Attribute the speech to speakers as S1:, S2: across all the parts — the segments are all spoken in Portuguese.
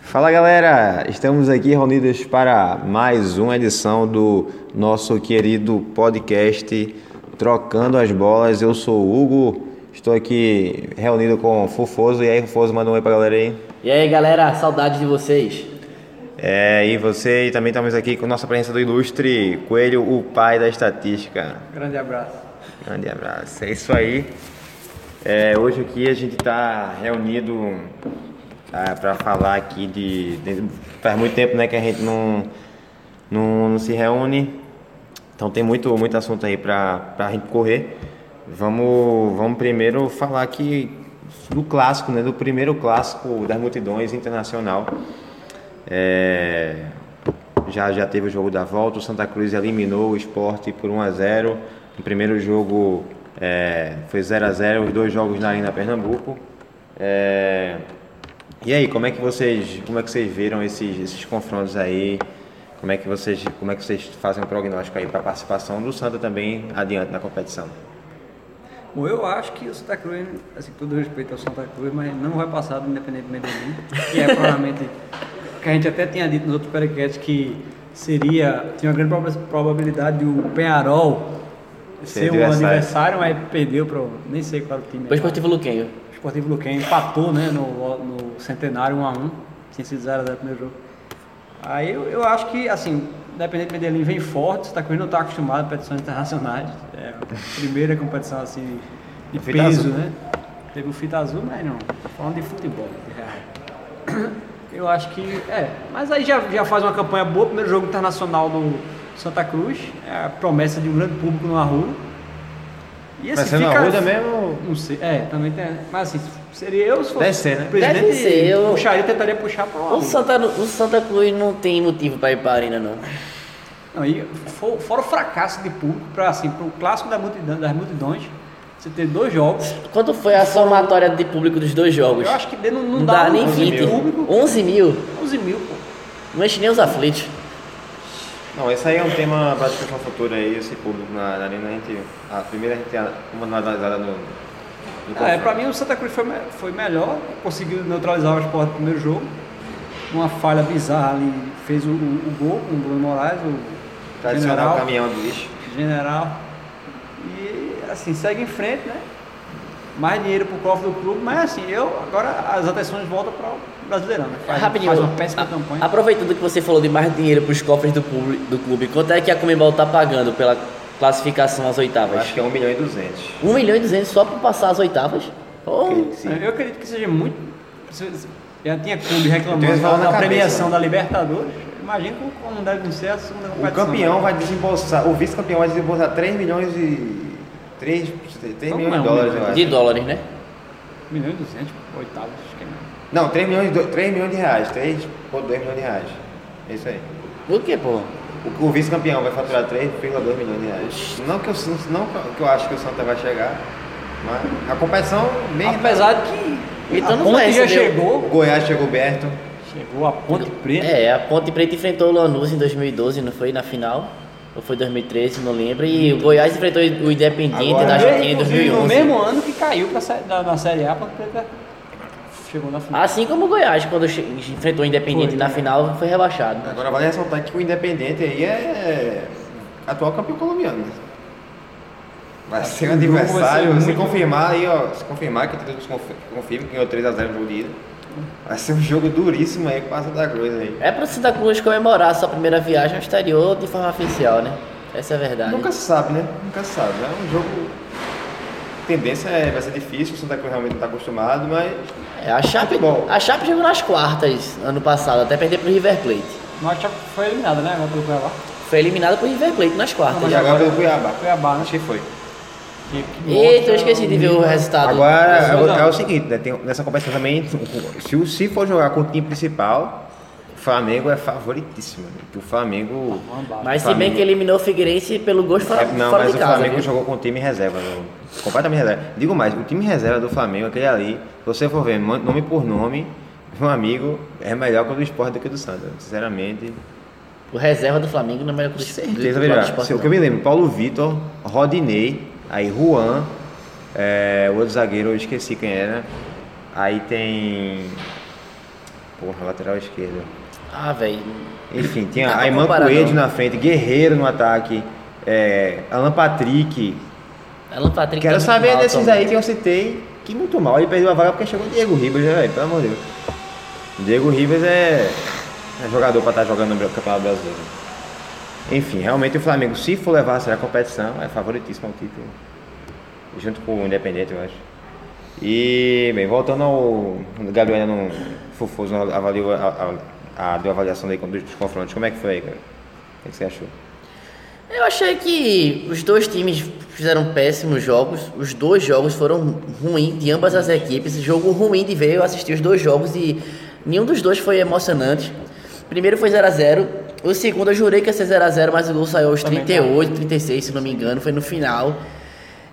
S1: Fala galera, estamos aqui reunidos para mais uma edição do nosso querido podcast Trocando as Bolas. Eu sou o Hugo, estou aqui reunido com o Fufoso. E aí, Fufoso, manda um oi pra galera aí.
S2: E aí galera, saudade de vocês.
S1: É, e você e também estamos aqui com nossa presença do ilustre Coelho, o pai da estatística.
S3: Grande abraço.
S1: Grande abraço, é isso aí. É, hoje aqui a gente está reunido para falar aqui de, de- Faz muito tempo né, que a gente não, não, não se reúne, então tem muito, muito assunto aí para a gente correr. Vamos, vamos primeiro falar aqui do clássico, né, do primeiro clássico das multidões internacional. É, já, já teve o jogo da volta, o Santa Cruz eliminou o esporte por 1 a 0 No primeiro jogo é, foi 0 a 0 os dois jogos na Arena Pernambuco. É, e aí, como é que vocês, como é que vocês viram esses, esses confrontos aí? Como é que vocês, como é que vocês fazem o prognóstico aí para a participação do Santa também adiante na competição?
S3: Bom, eu acho que o Santa Cruz, assim, com todo respeito ao Santa Cruz, mas não vai passar do Independente Medellín, que é provavelmente que a gente até tinha dito nos outros podcasts que seria, tinha uma grande proba- probabilidade de o Penharol
S1: Ser
S3: ser, um
S1: adversário.
S3: adversário, mas perdeu para nem sei qual era o time. é.
S2: O Esportivo Luquenho.
S3: O Sportivo Luquem empatou né, no, no Centenário 1x1. Tinha sido 0x0 no primeiro jogo. Aí eu, eu acho que, assim, Independente Medellín vem forte, está Cruz não está acostumado a competições internacionais. É a primeira competição assim de
S1: Fita
S3: peso,
S1: azul.
S3: né? Teve o fita azul, mas não. Falando de futebol, de real. Eu acho que. É. Mas aí já, já faz uma campanha boa, primeiro jogo internacional do Santa Cruz. É a promessa de um grande público no Arruda. E
S1: Vai ser é na Arruda mesmo?
S3: Não sei. É, também tem. Mas assim, seria eu se fosse.
S1: Deve ser, né?
S3: Presidente,
S2: Deve ser, eu-
S3: Puxaria, tentaria puxar pra lá.
S2: O Santa, o Santa Cruz não tem motivo pra ir pra arena, não.
S3: Não, e fo- fora o fracasso de público, para assim, pro clássico da multidão, das multidões, você ter dois jogos.
S2: Quanto foi a somatória de público dos dois jogos?
S3: Eu acho que não, não
S2: não dá, nem
S3: um
S2: 20.
S3: público.
S2: 11 mil.
S3: 11 mil, pô.
S2: Não enche nem os aflitos.
S1: Não, esse aí é um tema para discussão futura aí, esse público na, na arena, a gente, a primeira a gente tem uma analisada no, no
S3: É,
S1: confronto.
S3: pra mim o Santa Cruz foi, me- foi melhor, conseguiu neutralizar o esporte no primeiro jogo. Uma falha bizarra ali, fez o, o, o gol com o Bruno Moraes, o
S1: Tradicional
S3: general,
S1: caminhão do lixo.
S3: general. E assim, segue em frente, né? Mais dinheiro pro cofre do clube, mas assim, eu agora as atenções voltam para o Brasileirão, né? Faz,
S2: É Rapidinho.
S3: faz uma péssima
S2: a-
S3: campanha.
S2: Aproveitando que você falou de mais dinheiro pros cofres do, publi- do clube, quanto é que a Comembol tá pagando pela classificação às
S1: Eu
S2: oitavas?
S1: acho que é 1 milhão e 200.
S2: 1 milhão e 200 só pra passar às oitavas? Oh,
S1: Ok, sim.
S3: Eu acredito que seja muito. se- se- Já tinha clube reclamando
S1: esse
S3: da,
S1: valor na
S3: da
S1: cabeça,
S3: premiação
S1: né?
S3: da Libertadores. Imagina como- como deve ser a segunda
S1: O
S3: competição.
S1: campeão
S3: né?
S1: vai desembolsar, o vice-campeão vai desembolsar 3 milhões e. 3, 3
S3: Não
S1: milhões
S3: é
S1: de
S3: um
S1: dólares,
S3: milhão.
S1: eu acho.
S2: de dólares, né?
S3: 1 milhão e 200, oitavos, acho que é não.
S1: Não, 3 milhões, de- 3 milhões de reais, 3,2 milhões de reais. É isso aí.
S2: Por quê, pô?
S1: O, o vice-campeão vai faturar 3,2 milhões de reais. Não que, eu, não que eu acho que o Santa vai chegar, mas a competição bem.
S3: Apesar de que
S2: Então
S3: a
S2: não
S3: ponte
S2: vai
S3: já
S2: receber.
S1: O
S3: chegou.
S1: Goiás chegou Berto.
S3: Chegou a ponte preta.
S2: É, a Ponte Preta enfrentou o Lanús em 2012, não foi? Na final. Ou foi 2013, não lembro. E o Goiás enfrentou o Independiente
S1: Agora,
S2: da Argentina em
S3: é, Inclusive,
S2: 2011.
S3: No mesmo ano que caiu pra sé- da, na Série A, a Ponte Preta chegou na final.
S2: Assim como o Goiás, quando che- enfrentou o Independiente
S3: Foi,
S2: na
S3: né?
S2: final, foi rebaixado.
S1: Agora vale ressaltar que o Independente aí é atual campeão colombiano. né? Vai ser um
S3: O jogo vai ser
S1: adversário, se
S3: muito-
S1: confirmar aí, ó, se confirmar que todos confi- confirmam que ganhou 3x0 no jogo de ida. Vai ser um jogo duríssimo aí com a Santa Cruz aí.
S2: É pro Santa Cruz comemorar sua primeira viagem ao exterior de forma oficial, né? Essa é a verdade.
S1: Nunca se sabe, né? Nunca se sabe. É um jogo. A tendência é, vai ser difícil, o Santa Cruz realmente não está acostumado, mas.
S2: É, a, Chape,
S1: Futebol.
S2: a Chape chegou nas quartas ano passado, até perder pro River Plate.
S3: Nós já foi eliminada, né? Agora pelo Cuiabá.
S2: Foi eliminado pro River Plate nas quartas.
S1: E agora pelo Cuiabá.
S3: Cuiabá, né?
S1: Acho que foi.
S3: Que- que
S2: Eita,
S3: mostra
S2: eu esqueci de ver o
S3: nível-
S2: resultado.
S1: Agora é, o-
S3: Mas,
S1: é
S3: ó,
S1: o seguinte, né? Tem, nessa competição também, se, o- se for jogar com o time principal, o Flamengo é favoritíssimo. Né? Porque o Flamengo.
S3: Uma bala.
S2: Mas se bem
S1: Flamengo.
S2: que eliminou o Figueirense pelo gosto fora,
S1: Não,
S2: fora
S1: mas
S2: de
S1: o
S2: casa. né?
S1: Flamengo
S2: viu?
S1: jogou com o time reserva. no- Completamente reserva. Digo mais, o time reserva do Flamengo, é aquele ali, se você for ver mon- nome por nome, meu amigo, é melhor que o do esporte do que o do Santos. né, Sinceramente.
S2: O reserva do Flamengo não é melhor que o
S1: Certeza, melhor. Se- O que eu me lembro, Paulo Vitor, Rodinei, aí Juan, é, o outro zagueiro eu esqueci quem era. Aí tem. Porra, lateral esquerdo.
S2: Ah, velho.
S1: Enfim,
S2: Não
S1: tinha
S2: dá pra
S1: Ayman
S2: comparar,
S1: Coelho
S2: não.
S1: na frente, Guerreiro no ataque, é, Alan Patrick.
S2: Alan Patrick.
S1: Quero
S2: tá muito
S1: saber
S2: mal
S1: desses
S2: também.
S1: aí que eu citei, que muito mal. Ele perdeu a vaga porque chegou o Diego Ribas, né, velho? Pelo amor de Deus. Diego Ribas é, é jogador pra estar jogando no Campeonato Brasileiro. Enfim, realmente o Flamengo, se for levar a sério a competição, é favoritíssimo ao título. Junto com o Independente, eu acho. E, bem, voltando ao. O Gabriel ainda não. Fufoso não avaliou a, a- a- deu a avaliação daí dos dos confrontos. Como é que foi aí, cara? O que que você achou?
S2: Eu achei que os dois times fizeram péssimos jogos. Os dois jogos foram ruins de ambas as equipes. Jogo ruim de ver. Eu assisti os dois jogos e nenhum dos dois foi emocionante. Primeiro foi 0 a 0 O segundo eu jurei que ia ser 0 a 0 mas o gol saiu aos 38, 36, se não me engano. Foi no final.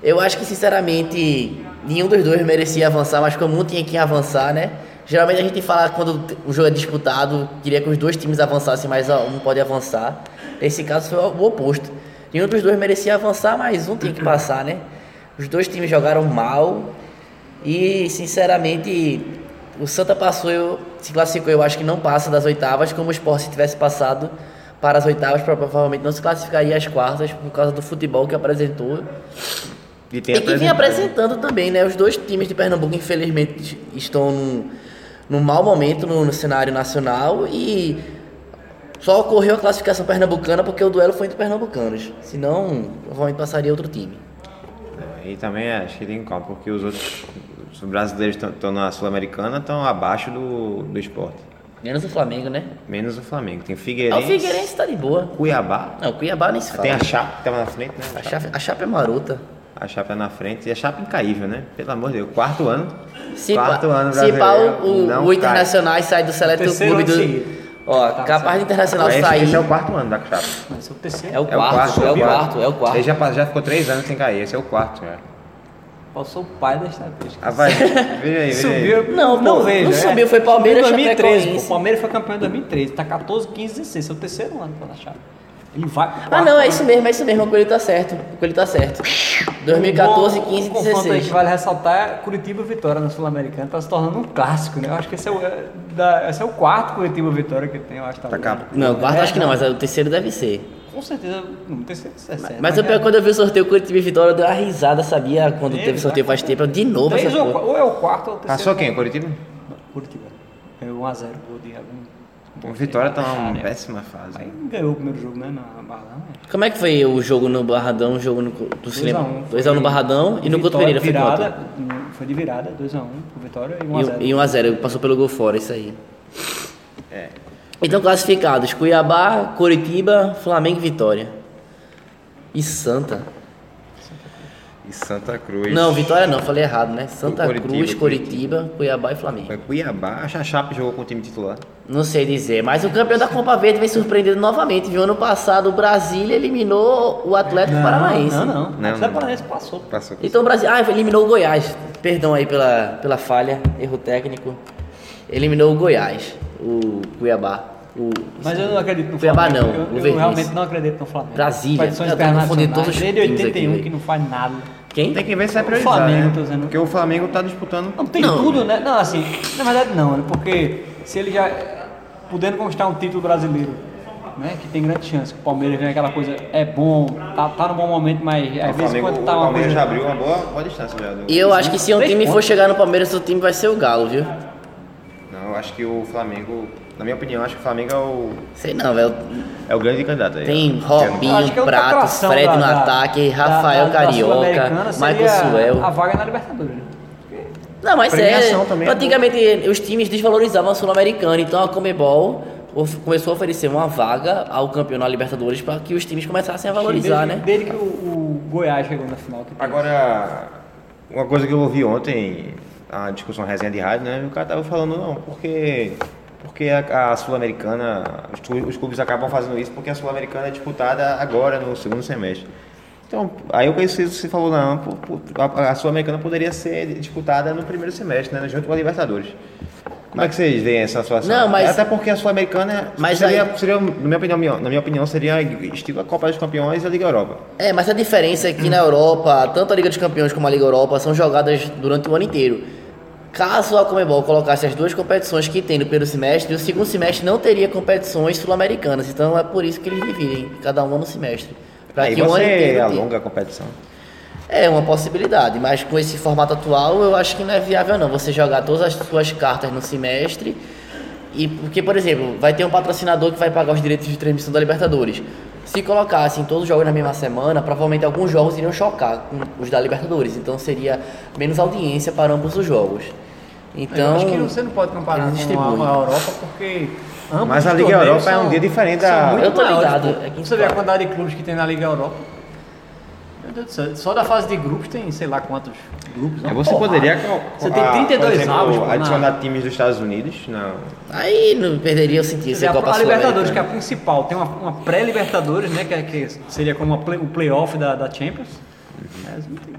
S2: Eu acho que, sinceramente, nenhum dos dois merecia avançar, mas como um tinha que avançar, né? Geralmente a gente fala quando o jogo é disputado, queria que os dois times avançassem, mas ó, um pode avançar. Nesse caso foi o oposto. Nenhum dos dois merecia avançar, mas um tinha que passar, né? Os dois times jogaram mal e, sinceramente, o Santa passou, eu- se classificou, eu acho que não passa das oitavas, como o Sport se tivesse passado para as oitavas, provavelmente não se classificaria às quartas por causa do futebol que apresentou
S1: E
S2: e que vem apresentando também, né? Os dois times de Pernambuco, infelizmente, estão num, num mau momento no, no cenário nacional e só ocorreu a classificação pernambucana porque o duelo foi entre pernambucanos. Senão, provavelmente passaria outro time.
S1: É, E também acho que tem como, porque os outros os brasileiros estão na Sul-Americana estão abaixo do, do esporte.
S2: Menos o Flamengo, né?
S1: Menos o Flamengo. Tem o
S2: Ah, o
S1: Figueirense,
S2: Figueirense tá de boa.
S1: Cuiabá.
S2: Não, o Cuiabá nem se
S1: Tem
S2: fala.
S1: a Chape que estava na frente, né?
S2: A chapa, a chapa é marota.
S1: A Chape tá na frente. E a Chape incaível, né? Pelo amor de Deus. Quarto ano.
S2: Se
S1: quarto
S2: pá,
S1: ano
S2: se pá,
S1: brasileiro,
S2: o, o
S1: não cai.
S2: Internacional sai do Seleto
S3: Terceiro
S2: Clube
S3: ano
S2: do...
S3: seguido.
S2: Ó,
S3: Tá,
S2: capaz
S3: certo.
S2: do Internacional
S1: Esse-
S2: sair...
S1: Esse é o quarto ano da Chape.
S3: Mas é o terceiro.
S2: É o quarto, é o quarto, é o quarto.
S1: Ele já, pa- já ficou três anos sem cair. Esse é o quarto, já.
S3: Passou o pai da estatística.
S1: Ah, vai. Veja aí, veja aí.
S3: Subiu. né?
S2: Não, pô, não subiu, foi Palmeiras,
S3: Em 2013. pô,
S2: Chapecoense.
S3: O Palmeiras foi campeão em 2013. Tá 14, 15, 16. É o terceiro ano pela chave. Ele vai. pro
S2: Ah
S3: quarto
S2: não, é
S3: ano.
S2: isso mesmo, é isso mesmo, o Coelho tá certo. O Coelho tá certo. 2014,
S3: Um bom
S2: 15,
S3: confronto aí que
S2: 16.
S3: vale ressaltar é Curitiba e Vitória na Sul-Americana. Tá se tornando um clássico, né? Eu acho que esse é o, é, da- esse é o quarto Curitiba e Vitória que tem, eu acho. Tá
S1: Tá cá.
S2: Não, o quarto acho que não, mas é o terceiro deve ser.
S3: Com certeza, não tem certeza. é
S2: Mas eu, quando eu vi o sorteio Curitiba e Vitória, eu dei uma risada, sabia? Quando
S3: Ele
S2: teve sorteio
S3: tá
S2: faz tempo, eu de novo essa
S3: Três ou,
S2: porra.
S3: qua- ou é o quarto ou o terceiro.
S1: Passou quem? Curitiba?
S3: Curitiba. Ganhou 1x0 gol de algum.
S1: O Vitória tá numa péssima fase.
S3: Aí ganhou o primeiro jogo, né? Na Barra, né?
S2: Como é que foi o jogo no Barradão, o jogo no, co- do cinema?
S3: 2x1.
S2: 2x1 no Barradão e no Couto Pereira foi
S3: virada,
S2: quanto?
S3: hum, Foi de virada, 2x1 pro Vitória e
S2: E
S3: 1x0.
S2: 1x0, passou pelo gol fora, isso aí.
S1: É.
S2: Então classificados, Cuiabá, Curitiba, Flamengo e Vitória. E Santa.
S1: E Santa Cruz.
S2: Não, Vitória não, falei errado, né? Santa
S1: Curitiba,
S2: Cruz, Curitiba, Cuiabá e Flamengo.
S1: Foi Cuiabá. A Chape jogou com o time titular.
S2: Não sei dizer, mas o campeão da Copa Verde vem surpreendendo novamente, viu? Ano passado o Brasília eliminou o Atlético Paranaense.
S3: Não, não.
S1: Não,
S3: não. O Zé
S1: não.
S3: Paranaense passou.
S1: Passou.
S2: Então o Brasil. Ah, eliminou o Goiás. Perdão aí pela, pela falha, erro técnico. Eliminou o Goiás, o Cuiabá. O...
S3: Mas eu não acredito no
S2: Cuiabá
S3: Flamengo.
S2: não, o
S3: eu, eu
S2: Verdes.
S3: realmente não acredito no Flamengo.
S2: Brasília.
S3: Tradições
S2: Eu tô confundindo
S3: internacionais.
S2: todos os
S3: Desde
S2: times aqui,
S3: 81
S2: velho.
S3: que não faz nada.
S2: Quem?
S1: Tem que ver se vai
S3: O
S1: priorizar,
S3: Flamengo,
S1: né?
S3: tô dizendo.
S1: Porque o Flamengo tá disputando.
S3: Não, tem
S2: Não.
S3: tudo, né? Não, assim, na verdade não, né? Porque se ele já podendo conquistar um título brasileiro, né? Que tem grande chance. que O Palmeiras vem aquela coisa, é bom, tá, tá num bom momento, mas
S1: O
S3: às vezes
S1: Flamengo,
S3: quando tá
S1: o
S3: uma
S1: Palmeiras
S3: coisa.
S1: já abriu uma boa, boa distância já. do-
S2: E eu acho que se um
S3: Três
S2: time for
S3: pontos.
S2: chegar no Palmeiras, o time vai ser o Galo, viu?
S1: Não, eu acho que o Flamengo, na minha opinião, eu acho que o Flamengo é o,
S2: Sei não, velho.
S1: é o grande candidato aí.
S2: Tem
S3: Eu acho que é
S2: Robinho,
S3: outra
S2: Prato,
S3: atração
S2: Fred
S3: da-
S2: no
S3: da-
S2: ataque,
S3: da-
S2: Rafael
S3: da- da
S2: Carioca,
S3: Sul-Americana
S2: Michael
S3: seria
S2: Suel.
S3: A vaga na Libertadores. né?
S2: Não, mas
S1: Premiação
S2: é.
S1: também é
S2: antigamente eh, os times desvalorizavam a Sul-Americana, então a Comebol of- começou a oferecer uma vaga ao campeão na Libertadores para que os times começassem a valorizar,
S3: desde,
S2: né?
S3: Desde que o, o Goiás chegou na final. Que
S1: Agora, uma coisa que eu ouvi ontem, a discussão resenha de rádio, né? O cara tava falando, não, porque, porque a, a Sul-Americana, os, tu- os clubes acabam fazendo isso porque a Sul-Americana é disputada agora no segundo semestre. Então, aí o que você você falou, não, pô, pô, a, a Sul-Americana poderia ser disputada no primeiro semestre, né? Junto com a Libertadores. Como é que vocês veem essa situação?
S2: Não, mas-
S1: Até porque a Sul-Americana
S2: Mas
S1: seria,
S2: aí-
S1: seria, na minha opinião, na minha opinião, seria estilo a Copa dos Campeões e a Liga Europa.
S2: É, mas a diferença é que na Europa, tanto a Liga dos Campeões como a Liga Europa são jogadas durante o ano inteiro. Caso a Comebol colocasse as duas competições que tem no primeiro semestre, o segundo semestre não teria competições sul-americanas. Então é por isso que eles dividem cada uma no semestre. Pra
S1: Aí
S2: que um ano
S1: você
S2: inteiro tenha.
S1: alonga a competição.
S2: É uma possibilidade, mas com esse formato atual eu acho que não é viável não. Você jogar todas as suas cartas no semestre e porque, por exemplo, vai ter um patrocinador que vai pagar os direitos de transmissão da Libertadores. Se colocassem todos os jogos na mesma semana, provavelmente alguns jogos iriam chocar com os da Libertadores. Então seria menos audiência para ambos os jogos. Então,
S4: Eu acho que você não pode comparar
S2: eles
S4: com a,
S2: distribuem.
S4: a Europa, porque ambos
S1: Mas
S4: os
S1: a Liga
S4: torneios
S1: Europa é
S4: são-
S1: um dia diferente
S4: são
S1: da-
S4: muito
S2: Eu tô
S4: maiores,
S2: ligado,
S4: pô.
S2: é que
S4: você vê a
S2: fala.
S4: quantidade de clubes que tem na Liga Europa. Meu Deus do céu, só da fase de grupos tem sei lá quantos grupos.
S1: Aí
S4: uma
S1: É, você
S4: porrada.
S3: né?
S1: poderia co-
S4: Você tem
S1: ah,
S4: 32
S1: por exemplo,
S4: avos, pô, na-
S1: adicionar times dos Estados Unidos na
S2: aí não perderia o sentido
S3: Quer dizer,
S2: ser
S3: a,
S2: Copa
S3: a Libertadores, que é a
S2: Sul-Americana.
S3: principal, tem uma, uma pré-Libertadores, né? Que, é- que seria como uma play- o playoff da, da Champions.
S4: É,
S3: Mas não tem.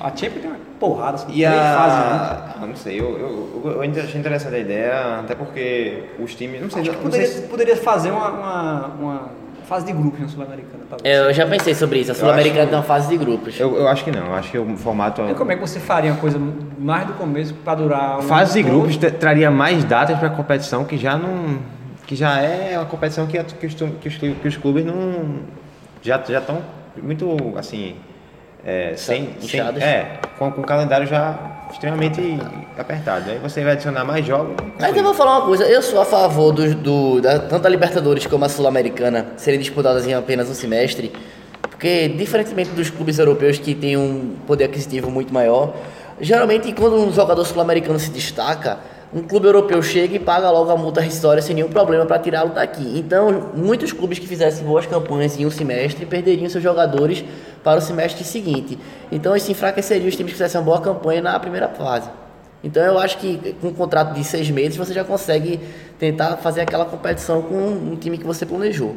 S3: A Champions tem uma porrada, assim,
S1: Uhum. E
S3: três fases. né?
S1: a. Ah, não sei, eu, eu, eu, eu ainda achei interessante a ideia, até porque os times. Não sei,
S3: Acho
S1: não,
S3: que
S1: não sei
S3: poderia,
S1: se.
S3: poderia fazer uma, uma, uma fase de grupos no Sul-Americana, talvez.
S2: É, Eu já pensei sobre isso. A Sul-Americana
S1: acho-
S2: tem uma fase de grupos.
S1: Eu, eu acho que não, eu acho que o formato.
S3: E como é que você faria uma coisa mais do começo pra durar um
S1: Fase de
S3: todo?
S1: grupos tra- traria mais datas para a competição que já não. que já é uma competição que, a- que, os, tu- que, os, clu- que os clubes não. já já estão muito assim. É, sem, sem,
S2: Inchados.
S1: é com, com o calendário já extremamente apertado. Aí você vai adicionar mais jogos.
S2: Mas eu vou falar uma coisa, eu sou a favor do, do- da, tanto a Libertadores como a Sul-Americana serem disputadas em apenas um semestre, porque diferentemente dos clubes europeus que têm um poder aquisitivo muito maior, geralmente quando um jogador sul-americano se destaca, um clube europeu chega e paga logo a multa rescisória sem nenhum problema para tirá-lo daqui. Então, muitos clubes que fizessem boas campanhas em um semestre perderiam seus jogadores para o semestre seguinte. Então, isso enfraqueceria os times que fizessem uma boa campanha na primeira fase. Então eu acho que com um contrato de seis meses você já consegue tentar fazer aquela competição com um time que você planejou.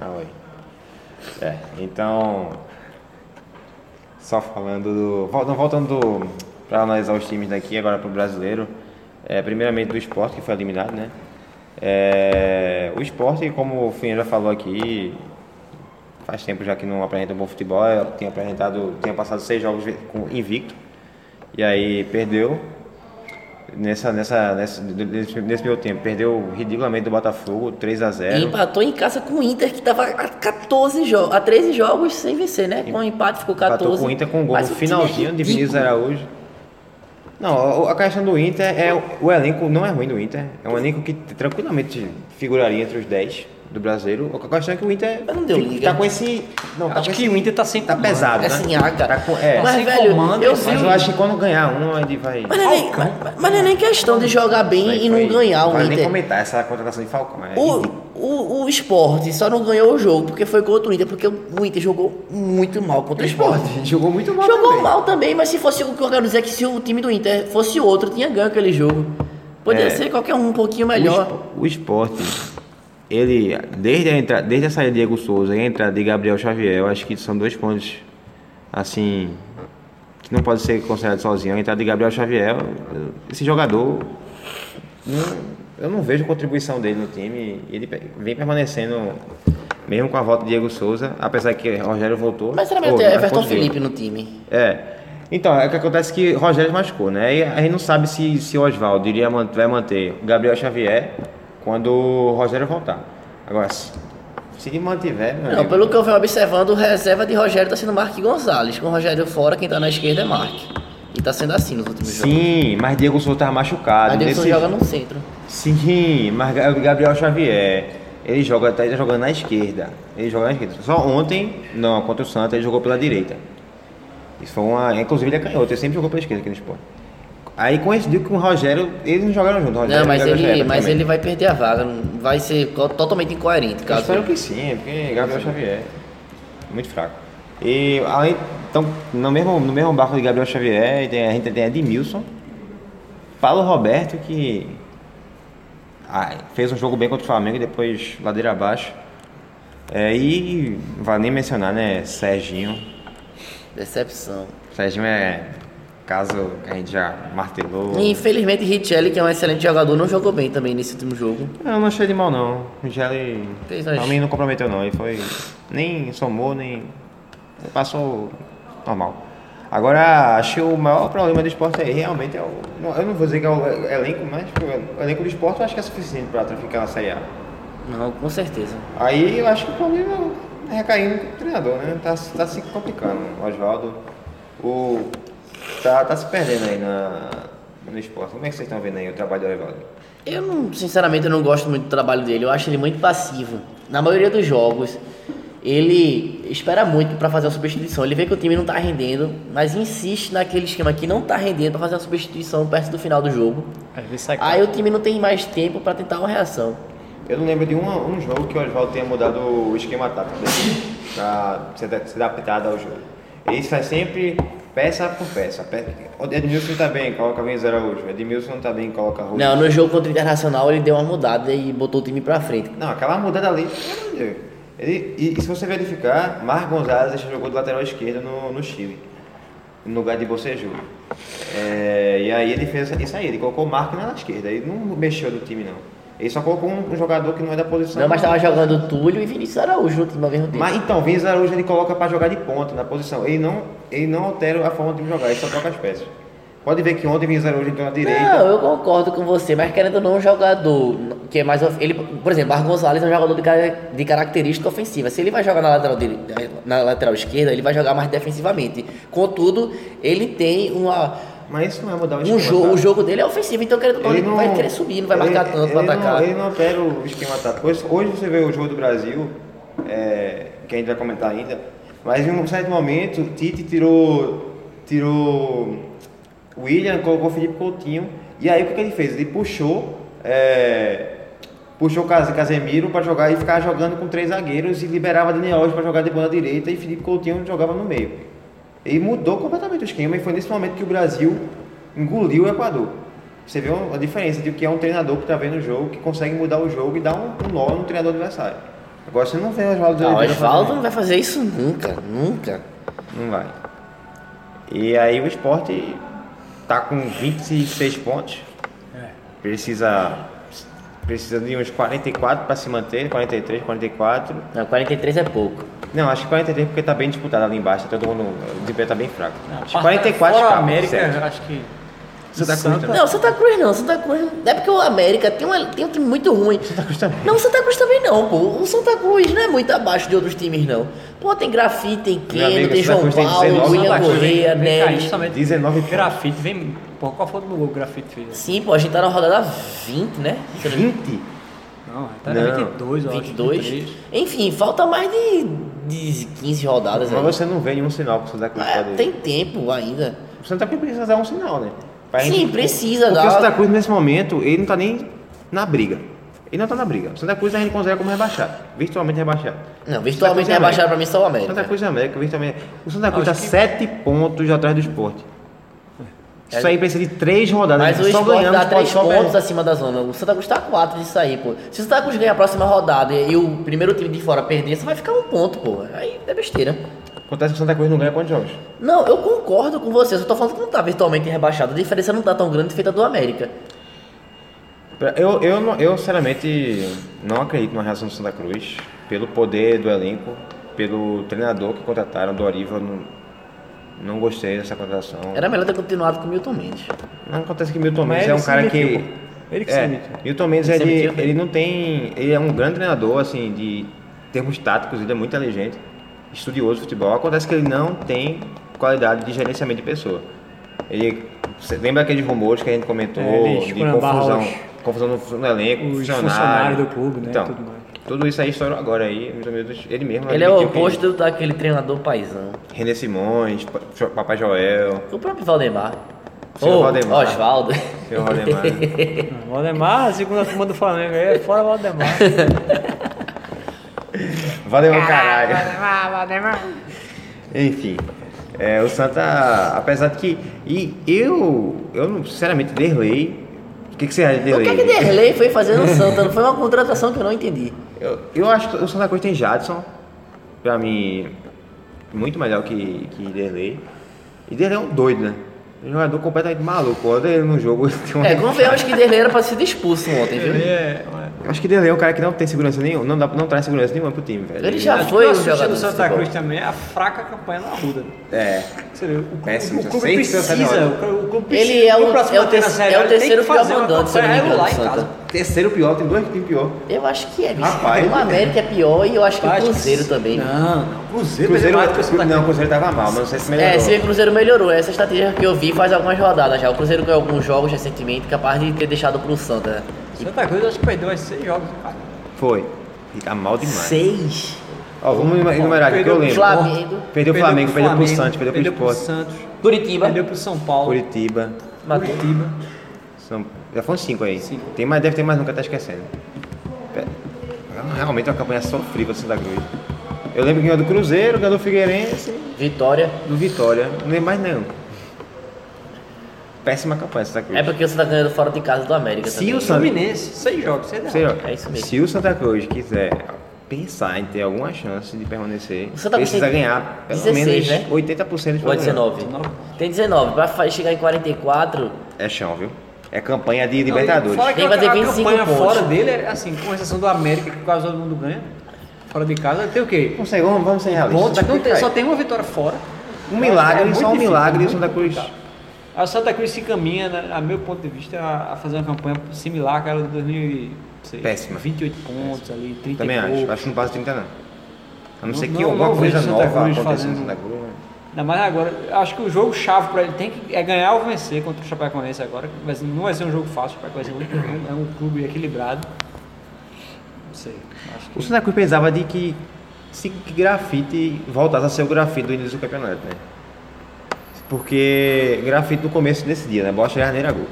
S1: Ah, oi. É, então. Só falando do. vol- não, Voltando do, pra analisar os times daqui, agora pro brasileiro. É, primeiramente do esporte, que foi eliminado, né? É, o esporte, como o Finha já falou aqui, faz tempo já que não apresenta um bom futebol. é, Tinha apresentado, tinha passado seis jogos vi- com invicto. E aí perdeu. Nessa, nessa, nessa, nesse, nesse meu tempo, perdeu ridiculamente do Botafogo, 3 a 0
S2: E empatou em casa com o Inter, que estava a 14 jogos, a 13 jogos sem vencer, né? Com o empate ficou 14.
S1: Empatou com o Inter com um gol
S2: Mas
S1: no
S2: o time é
S1: finalzinho de Vinícius
S2: ridículo.
S1: Araújo. Não, a- a questão do Inter é. o- O elenco não é ruim do Inter. É um elenco que tranquilamente figuraria entre os 10 do brasileiro. A questão é que o Inter.
S2: Mas não deu
S1: fica-
S2: liga.
S1: Tá com esse. Não, tá
S3: Acho
S1: com
S3: que
S1: esse-
S3: o Inter tá sem
S1: Tá
S3: comando.
S1: pesado.
S2: É
S1: né?
S2: sem ar, cara.
S1: Tá com- é.
S2: Mas,
S3: sem
S2: velho,
S3: comando,
S2: eu
S3: mas
S2: vi
S1: Mas
S2: o-
S1: eu acho que quando ganhar um, ele vai.
S2: Mas não é nem, mas- mas não é nem questão de jogar bem e não
S1: vai-
S2: ganhar o
S1: Vai nem
S2: Inter.
S1: comentar essa contratação de Falcão. É
S2: O,
S1: ridículo.
S2: o, o esporte só não ganhou o jogo porque foi contra o Inter, porque o Inter jogou muito mal contra o esporte.
S1: Jogou muito mal.
S2: Jogou
S1: também.
S2: mal também, mas se fosse o que eu quero dizer é que se o time do Inter fosse outro, tinha ganho aquele jogo. Poderia
S1: É.
S2: ser qualquer um um pouquinho melhor.
S1: O esporte, ele, desde a, entra, desde a saída de Diego Souza e a entrada de Gabriel Xavier, eu acho que são dois pontos, assim, que não pode ser considerado sozinho. A entrada de Gabriel Xavier, eu- esse jogador, não- eu não vejo contribuição dele no time. e Ele pe- vem permanecendo, mesmo com a volta de Diego Souza, apesar que Rogério voltou.
S2: Mas será melhor
S1: ou,
S2: ter
S1: mas
S2: Everton
S1: conseguiu.
S2: Felipe no time?
S1: É. Então, é o que acontece que Rogério machucou, né? E a gente não sabe se, se o Oswaldo iria man- vai manter Gabriel Xavier quando o Rogério voltar. Agora, se, se ele mantiver, meu
S2: Não,
S1: amigo,
S2: pelo que eu venho observando, o reserva de Rogério tá sendo Mark Gonzalez. Com o Rogério fora, quem tá na esquerda é Mark. E tá sendo assim nos últimos jogos.
S1: Sim, mas Diego Souza tava machucado.
S2: Mas Davidson
S1: Nesse-
S2: joga no centro.
S1: Sim, mas Ga- Gabriel Xavier, ele joga, tá tá jogando na esquerda. Ele joga na esquerda. Só ontem, não, contra o Santa, ele jogou pela direita. Isso foi uma. Inclusive ele é canhoto, ele sempre jogou pela esquerda aqui no esporte. Aí coincidiu que com o Rogério, eles não jogaram junto. o Rogério
S2: Não,
S1: e o
S2: mas
S1: Gabriel
S2: ele,
S1: Xavier,
S2: mas
S1: praticamente.
S2: ele vai perder a vaga. não- Vai ser co- totalmente incoerente,
S1: Eu
S2: caso.
S1: espero que sim, porque Gabriel Xavier é muito fraco. E além, então, no mesmo, no mesmo barco de Gabriel Xavier, tem- a gente tem Edmilson, Paulo Roberto, que ah, fez um jogo bem contra o Flamengo e depois ladeira abaixo. É, e não vale nem mencionar, né, Serginho.
S2: Decepção.
S1: Serginho é caso que a gente já martelou.
S2: E, Infelizmente, Richelli, que é um excelente jogador, não jogou bem também nesse último jogo.
S1: Eu não achei de mal não. O Gelli
S2: Fez
S1: pra
S2: as-
S1: mim não comprometeu não. Ele foi. Nem somou, nem. Passou normal. Agora, acho que o maior problema do esporte aí realmente é o. não, Eu não vou dizer que é o elenco, mas pô, o elenco do esporte eu acho que é suficiente pra ficar na Série A.
S2: Não, com certeza.
S1: Aí eu acho que o problema é recaindo no treinador, né? Tá, tá se complicando. O Oswaldo o, tá, tá se perdendo aí na, no esporte. Como é que vocês estão vendo aí o trabalho do Oswaldo?
S2: Eu não, sinceramente, eu não gosto muito do trabalho dele. Eu acho ele muito passivo. Na maioria dos jogos, ele espera muito pra fazer a substituição. Ele vê que o time não tá rendendo, mas insiste naquele esquema que não tá rendendo pra fazer a substituição perto do final do jogo.
S4: Às vezes É, sai
S2: Aí o time não tem mais tempo pra tentar uma reação.
S1: Eu não lembro de uma- um jogo que o Oswaldo tenha mudado o esquema tático dele pra se ada- se adaptar ao jogo. E isso é sempre peça por peça. Pe- O Edmilson tá bem, coloca Vinhos Araújo. Edmilson não tá bem, coloca Rui.
S2: Não, no jogo contra o Internacional ele deu uma mudada e botou o time pra frente.
S1: Não, aquela mudada ali, pelo amor de Deus. Ele, e, e se você verificar, Mar Gonzalez jogou de lateral esquerdo no, no Chile, no lugar de Bocejú. É, e aí ele fez isso aí, ele colocou o Marco na esquerda, ele não mexeu do time não. Ele só colocou um, um jogador que não é da posição.
S2: Não, mas tá tava jogando Túlio e Vinícius Araújo no time ao mesmo tempo.
S1: Mas então, Vinhas Araújo ele coloca pra jogar de ponta na posição. Ele não, ele não altera a forma de jogar, ele só troca as peças. Pode ver que ontem Vinhas Araújo entrou na direita.
S2: Não, eu concordo com você, mas querendo ou não, um jogador que é mais. of- Ele, por exemplo, Marco Gonzalez é um jogador de, cara- de característica ofensiva. Se ele vai jogar na lateral, dele, na lateral esquerda, ele vai jogar mais defensivamente. Contudo, ele tem uma.
S1: Mas isso não é mudar o esquema.
S2: Um jogo, o
S1: tático.
S2: jogo dele é ofensivo, então querendo ou não, ele, vai querer subir, não vai
S1: ele-
S2: marcar tanto,
S1: ele
S2: vai
S1: não-
S2: atacar.
S1: ele não altera o esquema tático. Hoje, hoje você vê o jogo do Brasil, é, que a gente vai comentar ainda, mas em um certo momento, Tite tirou, tirou William, colocou Felipe Coutinho, e aí o que, que ele fez? Ele puxou, é, puxou Cas- Casemiro para jogar e ficar jogando com três zagueiros e liberava Daniel Alves para jogar de ponta direita e Felipe Coutinho jogava no meio. E mudou completamente o esquema e foi nesse momento que o Brasil engoliu o Equador. Você vê uma- a diferença de o que é um treinador que está vendo o jogo, que consegue mudar o jogo e dar um, um nó no treinador adversário. Agora você não vê o Oswaldo de
S2: Não, Ah, o
S1: Oliveira
S2: Osvaldo
S1: fazendo
S2: não vai fazer isso nunca, nunca.
S1: isso. Não vai. E aí o esporte tá com 26 pontos.
S3: É.
S1: Precisa, precisa de uns 44 para se manter, 43, 44.
S2: Não, 43 é pouco.
S1: Não, acho que 43 porque tá bem disputado ali embaixo, todo mundo, o desempenho tá bem fraco. Acho que
S4: Fora-
S1: 44
S4: Fora
S1: cabe,
S4: a América,
S3: né?
S1: certo. tá
S4: acho que.
S1: Santa Cruz
S4: Santa-
S1: também.
S2: Não, Santa Cruz não, Santa Cruz. É porque o América tem, uma, tem um time muito ruim. Santa Cruz também. Não, Santa Cruz também não, pô. O Santa Cruz não é muito abaixo de outros times, não. Pô, tem Grafite, tem Keno,
S1: amigo, Santa
S2: tem João
S1: Cruz tem
S2: Paulo,
S1: 19,
S2: William
S1: Santa Cruz vem-
S2: Correia,
S4: vem caindo
S2: Neres.
S4: somente.
S1: 19 pontos.
S4: Grafite, vem. Porra, qual foi o gol que o grafite fez?
S2: Sim, pô, a gente tá na rodada 20, né?
S1: 20?
S4: Não, tá
S1: Não.
S4: 22, eu acho.
S2: 22.
S4: 23.
S2: Enfim, falta mais de, de 15 rodadas
S1: Mas
S2: aí.
S1: você não vê nenhum sinal que o Santa Cruz
S2: Ah,
S1: pode...
S2: é. tem tempo ainda.
S1: O Santa Cruz precisa dar um sinal, né? Pra
S2: Sim, precisa
S1: Porque
S2: dar.
S1: o Santa Cruz, nesse momento, ele não tá nem na briga. Ele não tá na briga. O Santa Cruz a gente considera como rebaixado. Virtualmente rebaixado.
S2: Não, virtualmente
S1: Santa Cruz é e
S2: rebaixaram
S1: América.
S2: pra mim só o
S1: Santa
S2: América.
S1: Cruz e América, virtualmente... O Santa Cruz
S4: Acho
S1: tá
S4: que-
S1: 7 pontos atrás do esporte. Isso aí precisa de 3 rodadas. né?
S2: Mas o
S1: só
S2: Sport
S1: ganhamos,
S2: dá
S1: pode
S2: 3
S1: só
S2: pontos
S1: perder.
S2: acima da zona. O Santa Cruz tá 4 disso aí, pô. Se o Santa Cruz ganhar a próxima rodada e e o primeiro time de fora perder, só vai ficar um ponto, pô. Aí é besteira.
S1: Acontece que o Santa Cruz não ganha quantos jogos?
S2: Não, eu concordo com você. Eu só tô falando que não tá virtualmente rebaixado. A diferença não tá tão grande feita do América.
S1: Pra- Eu, eu, não- eu, sinceramente não acredito na reação do Santa Cruz, pelo poder do elenco, pelo treinador que contrataram, Dorival, não, não gostei dessa contratação.
S2: Era melhor ter continuado com o Milton Mendes.
S1: Não acontece que Milton
S4: Mas
S1: Mendes
S4: ele
S1: é um
S4: se
S1: cara que.
S4: demitiu, pô. Ele que se
S1: é,
S4: demitiu.
S1: Milton Mendes
S2: Ele
S1: ele,
S2: se demitiu, né?
S1: ele não tem. Ele é um grande treinador, assim, de termos táticos, ele é muito inteligente, estudioso de futebol. Acontece que ele não tem qualidade de gerenciamento de pessoa. Ele. cê lembra aqueles rumores que a gente comentou
S4: É, ele
S1: de
S4: esculhambar
S1: confusão,
S4: os-
S1: confusão no, no elenco,
S4: os
S1: funcionário.
S4: funcionários do clube, né,
S1: Então,
S4: tudo mais.
S1: tudo isso aí estourou agora aí, Milton Mendes, ele mesmo.
S2: Ele é o
S1: admitiu que-
S2: oposto daquele treinador paisão.
S1: René Simões, Pa- Papai Joel,
S2: O próprio Valdemar.
S1: Senhor
S2: Ô,
S1: Valdemar.
S2: Osvaldo.
S1: seu Valdemar.
S4: Não, Valdemar, a segunda turma do Flamengo aí, é fora Valdemar.
S1: Valdemar, caralho.
S2: né,
S1: Enfim, é, o Santa, apesar de que. E eu, eu não, sinceramente, Derlei. O que, que você acha de
S2: O que
S1: Derlei?
S2: é que Derlei foi fazer no Santa? Não foi uma contratação que eu não entendi.
S1: eu, eu acho que o Santa Cruz tem Jadson, pra mim, muito melhor que, que Derlei. E Derlei é um doido, né? Um jogador completamente maluco. Olha ele no jogo. tem uma-
S2: É, convenhamos que Derlei era pra ser expulso ontem,
S4: Ele
S2: viu?
S4: é.
S1: Acho que Delay é um cara que não tem segurança nenhuma, não, dá, não traz segurança nenhuma pro time, velho.
S2: Ele já
S3: Acho que
S2: foi
S3: o
S2: um
S3: assunto
S2: jogador.
S3: do
S2: de
S3: Santa
S2: futebol.
S3: Cruz também é a fraca campanha na Ruda.
S1: É.
S3: Você vê, o clube,
S1: Péssimo,
S3: o
S1: já
S3: clube
S1: sei que
S3: precisa,
S1: você tá na
S3: o clube- o clube
S2: Ele
S3: precisa-
S2: é o-
S3: pra se
S2: é o
S3: manter na
S2: terceiro-
S3: Série
S2: é o
S3: A, ele tem
S2: terceiro
S3: que fazer
S2: pior
S3: uma
S2: mandante, se eu não me
S3: campanha
S2: engano,
S3: regular em
S2: do Santa.
S3: casa.
S1: Terceiro pior, tem dois times pior.
S2: Eu acho que é, bicho.
S1: Rapaz,
S2: o América é pior e eu acho que o
S3: Acho que
S2: Cruzeiro
S3: sim.
S2: também.
S3: Não, não. Cruzeiro,
S1: Cruzeiro,
S3: é mais do que o Santa
S1: não, o
S3: Cruz.
S1: Cruzeiro tava mal, mas não sei se melhorou.
S2: É, se bem que o Cruzeiro melhorou. Essa estratégia que eu vi faz algumas rodadas já. O Cruzeiro ganhou alguns jogos recentemente, capaz de ter deixado pro Santa. né?
S3: Santa Cruz acho que perdeu as seis jogos. em casa.
S1: Foi. E tá mal demais.
S2: Seis.
S1: Ó, vamos enumerar aqui, que eu
S3: Perdeu pro
S1: lembro.
S2: Flamengo.
S1: Perdeu o Flamengo,
S3: pro
S1: perdeu pro
S3: Flamengo,
S1: Santos, perdeu pro Sport.
S3: Santos,
S2: Curitiba.
S3: perdeu pro São Paulo,
S1: Curitiba.
S2: Matou.
S3: Curitiba.
S1: São... Já foram cinco aí.
S3: Cinco.
S1: Tem mais, deve ter mais um que eu tá esquecendo. Pe- Realmente é uma campanha sofrível do Santa Cruz. Eu lembro que ganhou do Cruzeiro, ganhou do Figueirense,
S2: Vitória.
S1: do Vitória. Não lembro mais não. Péssima campanha do Santa Cruz.
S2: É porque o Santa ganhando fora de casa do América
S1: Se
S2: também.
S1: o Santa
S3: Fluminense, seis jogos, seis
S1: Sei
S3: derrotas.
S1: lá,
S2: É isso mesmo.
S1: Se o Santa Cruz quiser pensar em ter alguma chance de permanecer,
S2: O Santa Cruz
S1: precisa
S2: tem
S1: ganhar pelo
S2: 16,
S1: menos
S2: né?
S1: 80% de
S2: Ou
S1: favor.
S2: é 19? Tem 19. Pra fa- chegar em 44,
S1: É chão, viu? É campanha de
S3: Não,
S1: Libertadores.
S3: Fora que
S2: Quem vai ter
S3: a
S2: 25
S3: campanha
S2: pontos?
S3: fora dele, é assim, com exceção do América, que quase todo mundo ganha, fora de casa, tem o quê?
S1: Não sei, vamos, Um vamos ser realistas.
S3: Pontos,
S1: Santa
S3: não
S1: Cruz
S3: tem,
S1: cai.
S3: só tem uma vitória fora.
S1: Um milagre,
S3: É
S1: só um
S3: muito
S1: milagre e o
S3: difícil,
S1: Santa Cruz.
S3: muito complicado. A Santa Cruz se caminha, né, a meu ponto de vista, a a fazer uma campanha similar àquela de 2006.
S1: Péssima.
S3: 28 pontos ali, 30
S1: Também
S3: e
S1: acho.
S3: pouco.
S1: Acho que não passa 30 não. A não,
S3: Não-
S1: ser que
S3: não-
S1: alguma
S3: não
S1: coisa
S3: vejo Santa
S1: nova
S3: Cruz
S1: aconteça no
S3: fazendo-
S1: Santa Cruz.
S3: Ainda mais agora, acho que o jogo chave para ele tem que é ganhar ou vencer contra o Chapecoense agora. que vai ser- não vai ser um jogo fácil, o Chapecoense é um, é um clube equilibrado. Não sei, acho
S1: O
S3: que
S1: Santa Cruz pensava de que se que grafite voltasse a ser o grafite do início do campeonato, né? Porque grafite no começo desse dia, né? Bocha e Arneira gol.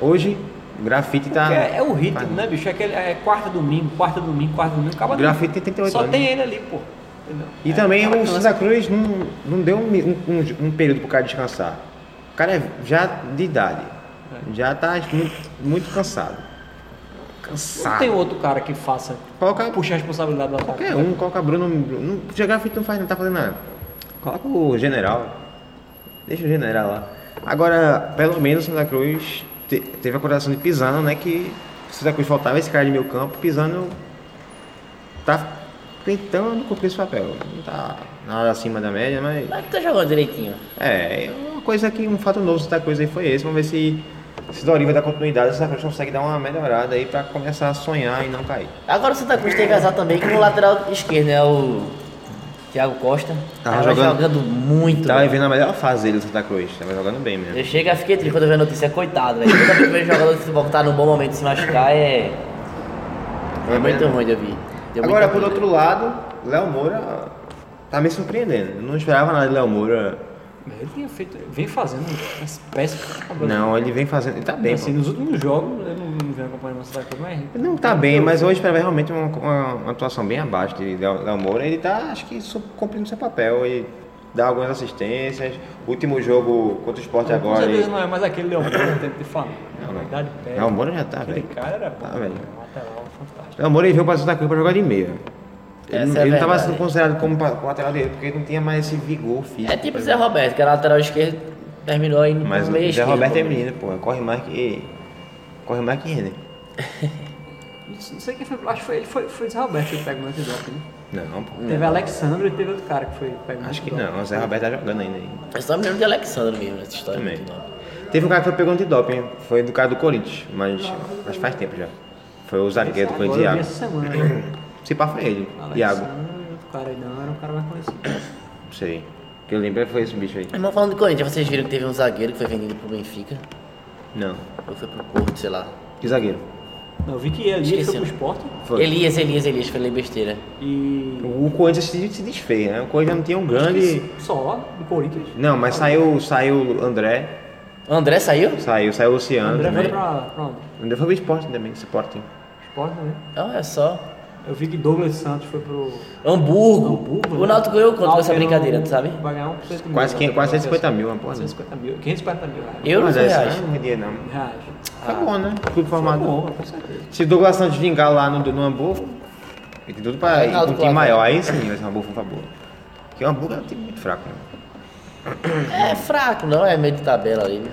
S1: Hoje, grafite tá.
S3: Porque é, é o ritmo, né, bicho? É, aquele, é quarta domingo, quarta domingo, quarta domingo, acaba
S1: O grafite tem 38
S3: Só
S1: anos.
S3: tem ele ali, pô.
S1: né?
S3: Entendeu?
S1: E
S3: É,
S1: também
S3: aquela
S1: o
S3: criança.
S1: Santa Cruz não, não deu um, um- um período pro cara descansar. O cara é já de idade. Já tá muito, muito cansado.
S3: É. Não
S1: Cansado.
S3: tem outro cara que faça,
S1: Coloca
S3: puxa a responsabilidade do ataque.
S1: qualquer um, coloca Bruno. Bruno já grafite não faz, não tá fazendo nada. Coloca o general. Deixa o general lá. Agora, pelo menos o Santa Cruz te- teve a coração de Pisano, né? Que o Santa Cruz faltava esse cara de meio campo, Pisano tá tentando cumprir esse papel. Não tá nada acima da média, mas.
S2: mas tá jogando direitinho.
S1: É, é uma coisa que um fato novo da coisa aí foi esse. Vamos ver se se Doriva dá continuidade, se o Santa Cruz consegue dar uma melhorada aí pra começar a sonhar e não cair.
S2: Agora tá o Santa Cruz teve azar também que no lateral esquerdo, né? O Thiago Costa.
S1: Tava
S2: Tava,
S1: jogando-
S2: jogando... muito.
S1: Tava
S2: velho.
S1: Tá vivendo a melhor fase dele do Santa Cruz, tava jogando bem mesmo.
S2: Eu chego e fiquei triste quando eu vi a notícia. Coitado, velho. Toda vez que eu vejo jogador de futebol que tá num bom momento de se machucar é... É muito ruim de ouvir. Deu
S1: Tá Agora,
S2: muita
S1: por
S2: pena.
S1: outro lado, Léo Moura tá me surpreendendo. Eu não esperava nada de Léo Moura.
S3: Ele tinha feito, vem fazendo umas péssimas
S1: Não, ele vem fazendo. Ele tá bem,
S3: assim,
S1: pô.
S3: nos últimos jogos, eu não, não venho acompanhando o Santa Cruz, mas
S1: Ele Não tá bem, mas eu esperava realmente uma, uma- uma atuação bem abaixo de Léo Léo Moura. Ele tá, acho que, su- cumprindo seu papel e dá algumas assistências. Último jogo contra o esporte
S3: com
S1: agora.
S3: certeza
S1: ele-
S3: não é mais aquele Leão Moura, tempo de falar.
S1: Não,
S3: Na
S1: não.
S3: verdade, pega.
S1: Léo Moura já tá,
S3: Aquele
S1: velho.
S3: cara era bom,
S1: Tá, velho.
S3: um lateral fantástico.
S1: Léo Moura ele veio pra Santa Cruz pra jogar de meia. Ele, não-
S2: Essa é
S1: ele não tava
S2: verdade.
S1: sendo considerado como pa- como lateral dele porque ele não tinha mais esse vigor físico.
S2: É tipo o Zé Roberto, que era lateral esquerdo, terminou aí no
S1: Mas
S2: meio
S1: o Zé
S2: esquerdo.
S1: Roberto é
S2: pô.
S1: menino, pô. Corre mais que. Corre mais que René.
S3: Não sei- não sei quem foi, acho que foi ele, foi, foi o Zé Roberto que pegou no episódio, né?
S1: Não, pô.
S3: Teve Alexandre e teve outro cara que foi pego no
S1: Acho que
S3: antidoping.
S1: não. O Zé Roberto tá jogando ainda. aí.
S2: Eu É só me lembro de Alexandre mesmo, essa história.
S1: Também. Teve um cara que foi pegando de doping. Foi do cara do Corinthians, mas, mas faz tempo já. Foi o zagueiro do
S3: Agora, eu
S1: Corinthians,
S3: vi
S1: Iago.
S3: essa semana. né?
S1: Se pá, foi ele. Iago.
S3: Alexandre, outro cara aí não, era um cara mais conhecido.
S1: Não sei. O que eu lembro foi esse bicho aí.
S2: Irmão, falando de Corinthians, vocês viram que teve um zagueiro que foi vendido pro Benfica?
S1: Não.
S2: Ou foi pro Porto, sei lá.
S1: Que zagueiro?
S3: Não, eu vi que ele ele foi
S2: Esqueci.
S3: pro esporte
S1: Foi.
S2: Elias, Elias, Elias, falei besteira.
S3: e.
S1: O Corinthians se, se desfez, né? O Corinthians não tinha um grande.
S3: Só do Corinthians.
S1: Não, mas saiu saiu o André,
S2: André saiu?
S1: saiu, saiu o Luciano.
S3: André
S1: também.
S3: foi pra, pra onde?
S1: André foi pro esporte também, Sporting.
S3: Esporte também.
S2: Olha só.
S3: Eu vi que Douglas Santos foi pro.
S2: Hamburgo.
S3: Hamburgo,
S2: É um o
S3: né?
S2: Náutico ganhou quanto com essa
S3: Náutico
S2: brincadeira, tu sabe?
S3: Vai ganhar um por cento mil,
S1: Quase,
S3: né?
S1: 500, quase 150 mil, uma porra. né?
S3: 150 mil. 540 mil reais.
S2: Eu não
S1: Mas
S2: sei
S1: essa
S2: reais.
S1: não é um dia, não.
S3: Reais.
S1: Tá
S2: Ah,
S1: bom, né? Clube
S3: Tá
S1: formado.
S3: bom, com certeza.
S1: Se o Douglas Santos vingar lá no, no Hamburgo, ele tem tudo pra ir pra um
S2: Reinaldo
S1: time
S2: Cláudio.
S1: maior. Aí sim, vai ser um Hamburgo, por favor. Porque o Hamburgo é um time muito fraco, né?
S2: É fraco, não, é meio de tabela ali. né?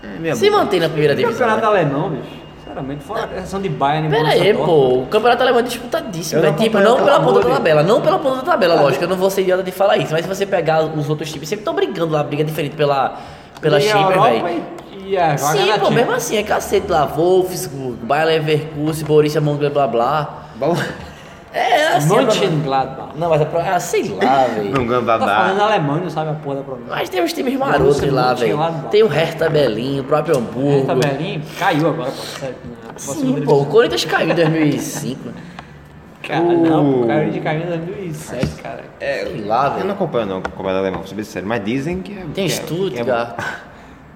S1: É, minha
S2: Se
S1: boa.
S2: mantém na primeira
S3: O
S2: divisão.
S3: campeonato
S2: Né?
S3: alemão, bicho. Sinceramente, fora a questão de Bayern e
S2: Pera
S3: Borussia
S2: aí,
S3: Dortmund.
S2: pô, o campeonato alemão é disputadíssimo.
S3: Eu não
S2: É tipo,
S3: acompanho,
S2: não
S3: pelo
S2: pela ponta
S3: amor
S2: da
S3: de
S2: tabela, não pela ponta da tabela, lógico, eu não vou ser idiota de falar isso, mas se você pegar os outros times, sempre estão brigando lá, briga diferente pela, pela
S3: E a
S2: Champions,
S3: Europa
S2: velho.
S3: E e a vaga
S2: Sim,
S3: na
S2: pô, mesmo
S3: Champions.
S2: assim, é cacete lá, Wolfsburg, Bayer Leverkusen, Borussia Mönchengladbach, blá
S1: Bom,
S2: blá. É assim. a prova-
S3: Mönchengladbach.
S2: Não, mas a prova, ah, sei lá, velho.
S1: um
S3: Tá falando
S1: gambabá.
S3: alemão e não sabe a porra da pronúncia.
S2: Mas tem um uns times marotos
S3: Borussia
S2: lá, velho.
S3: Mönchengladbach.
S2: Tem o Hertha Berlim, o próprio Hamburgo.
S3: Essa Berlim Tá caiu agora, pô. Sério, né? na- na segunda
S2: Tá Sim, pô, o
S3: divisão.
S2: Corinthians caiu em 2005.
S3: Cara, não, pô, caiu de caiu em 2007, cara.
S2: sei
S1: É,
S2: lá,
S1: Eu não
S2: velho.
S1: acompanho não o campeonato alemão, pra ser bem sincero, mas dizem que é...
S2: Tem
S1: que é- que é bom.
S2: Stuttgart.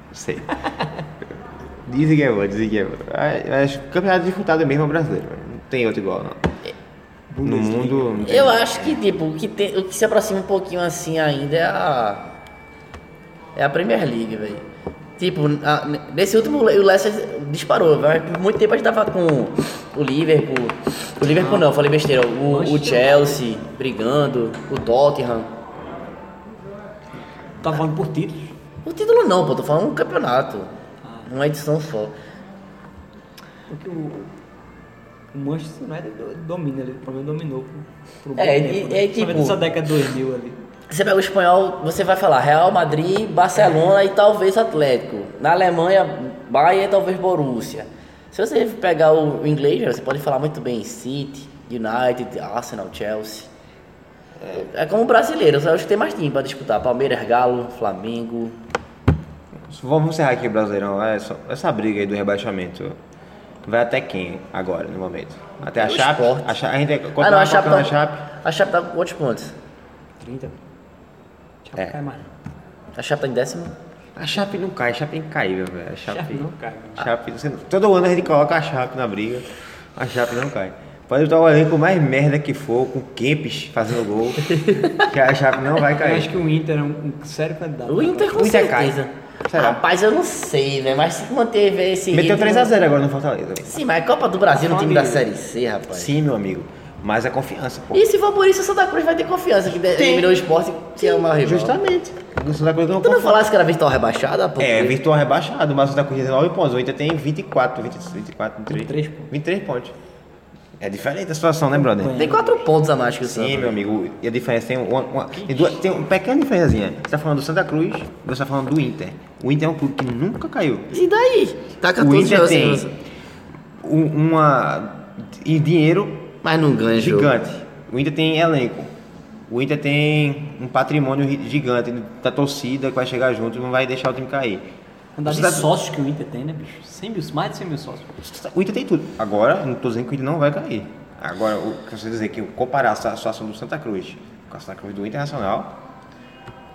S1: Não sei. dizem que é boa, dizem que é boa. Ah, Acho que o campeonato disputado é mesmo o brasileiro, velho. não tem outro igual, não. No mundo... não tem.
S2: Eu acho que, tipo, o que, tem- o que se aproxima um pouquinho assim ainda é a. É a Premier League, velho. Tipo, a- nesse último, o Leicester disparou, velho. Por muito tempo a gente tava com o Liverpool. O Liverpool não, falei besteira. O, o Chelsea brigando, o Tottenham.
S3: Tá falando por títulos.
S2: O título não, pô, tô falando um campeonato. Uma edição só.
S3: Porque o, o Manchester United do- domina ali, o problema dominou pro, pro né? bom
S2: É,
S3: tempo,
S2: e- é
S3: Principalmente
S2: tipo-
S3: nessa década de 2000 ali.
S2: Você pega o espanhol, você vai falar Real Madrid, Barcelona e talvez Atlético. Na Alemanha, Bayern e talvez Borussia. Se você pegar o inglês, você pode falar muito bem City, United, Arsenal, Chelsea. É como o brasileiro, eu acho que tem mais time pra disputar. Palmeiras, Galo, Flamengo.
S1: Vamos encerrar aqui o Brasileirão, é só- essa briga aí do rebaixamento. Vai até quem agora, no momento? Até a
S2: O
S1: Chape?
S2: Sport.
S1: A Chape? A gente
S2: ah, não,
S1: continua
S2: a Chape,
S1: focando
S2: tá,
S1: na Chape?
S2: a Chape tá com quantos pontos?
S3: 30. Chape
S1: É.
S3: cai mais.
S2: A Chape tá em décimo?
S1: A Chape não cai, a Chape é incaível, velho. A Chape,
S3: Chape não cai.
S1: A Chape, você- todo ano a gente coloca a Chape na briga, a Chape não cai. Pode estar olhando com mais merda que for, com Kempis fazendo gol, que a Chape não vai
S3: Eu acho
S1: cair.
S3: que o Inter é um, um sério candidato.
S2: O Inter com
S1: O Inter cai.
S2: certeza.
S1: Será?
S2: Rapaz, eu não sei, velho, mas se manter velho, esse
S1: Meteu
S2: ritmo-
S1: 3x0 agora no Fortaleza. velho.
S2: Sim, mas é Copa do Brasil no time da
S3: Olha.
S2: Série C, rapaz.
S1: Sim, meu amigo, mas a confiança, pô.
S2: E se for por isso, o Santa Cruz vai ter confiança que de- eliminou o esporte, que é uma rival.
S1: Justamente. O Santa Cruz não
S2: Tu não
S1: confia.
S2: falasse que era virtual rebaixada? Pô,
S1: É, virtual rebaixado, mas o Santa Cruz tem 19 pontos, o Inter tem 24, 20, 24, 23,
S3: 23 pontos.
S1: 23 pontos. É diferente a situação, né, brother?
S2: Tem quatro pontos a mais que o
S1: Sim,
S2: Santa.
S1: meu amigo. E a diferença tem uma, uma- tem duas- tem uma pequena diferençazinha. Você tá falando do Santa Cruz, você tá falando do Inter. O Inter é um clube que nunca caiu.
S2: E daí? Tá
S1: O
S2: 14
S1: Inter
S2: jogos sem
S1: tem
S2: vencer.
S1: um- uma e dinheiro
S2: Mas não ganha jogo.
S1: gigante. O Inter tem elenco. O Inter tem um patrimônio ri- gigante da torcida que vai chegar junto, não vai deixar o time cair.
S3: Andar
S1: Você
S3: de
S1: tá-
S3: sócios que o Inter tem, né, bicho? 100 mil, mais de 100 mil sócios.
S1: O Inter tem tudo. Agora, não tô dizendo que o Inter não vai cair. Agora, o que você dizer é que comparar a situação do Santa Cruz com a Santa Cruz do Internacional,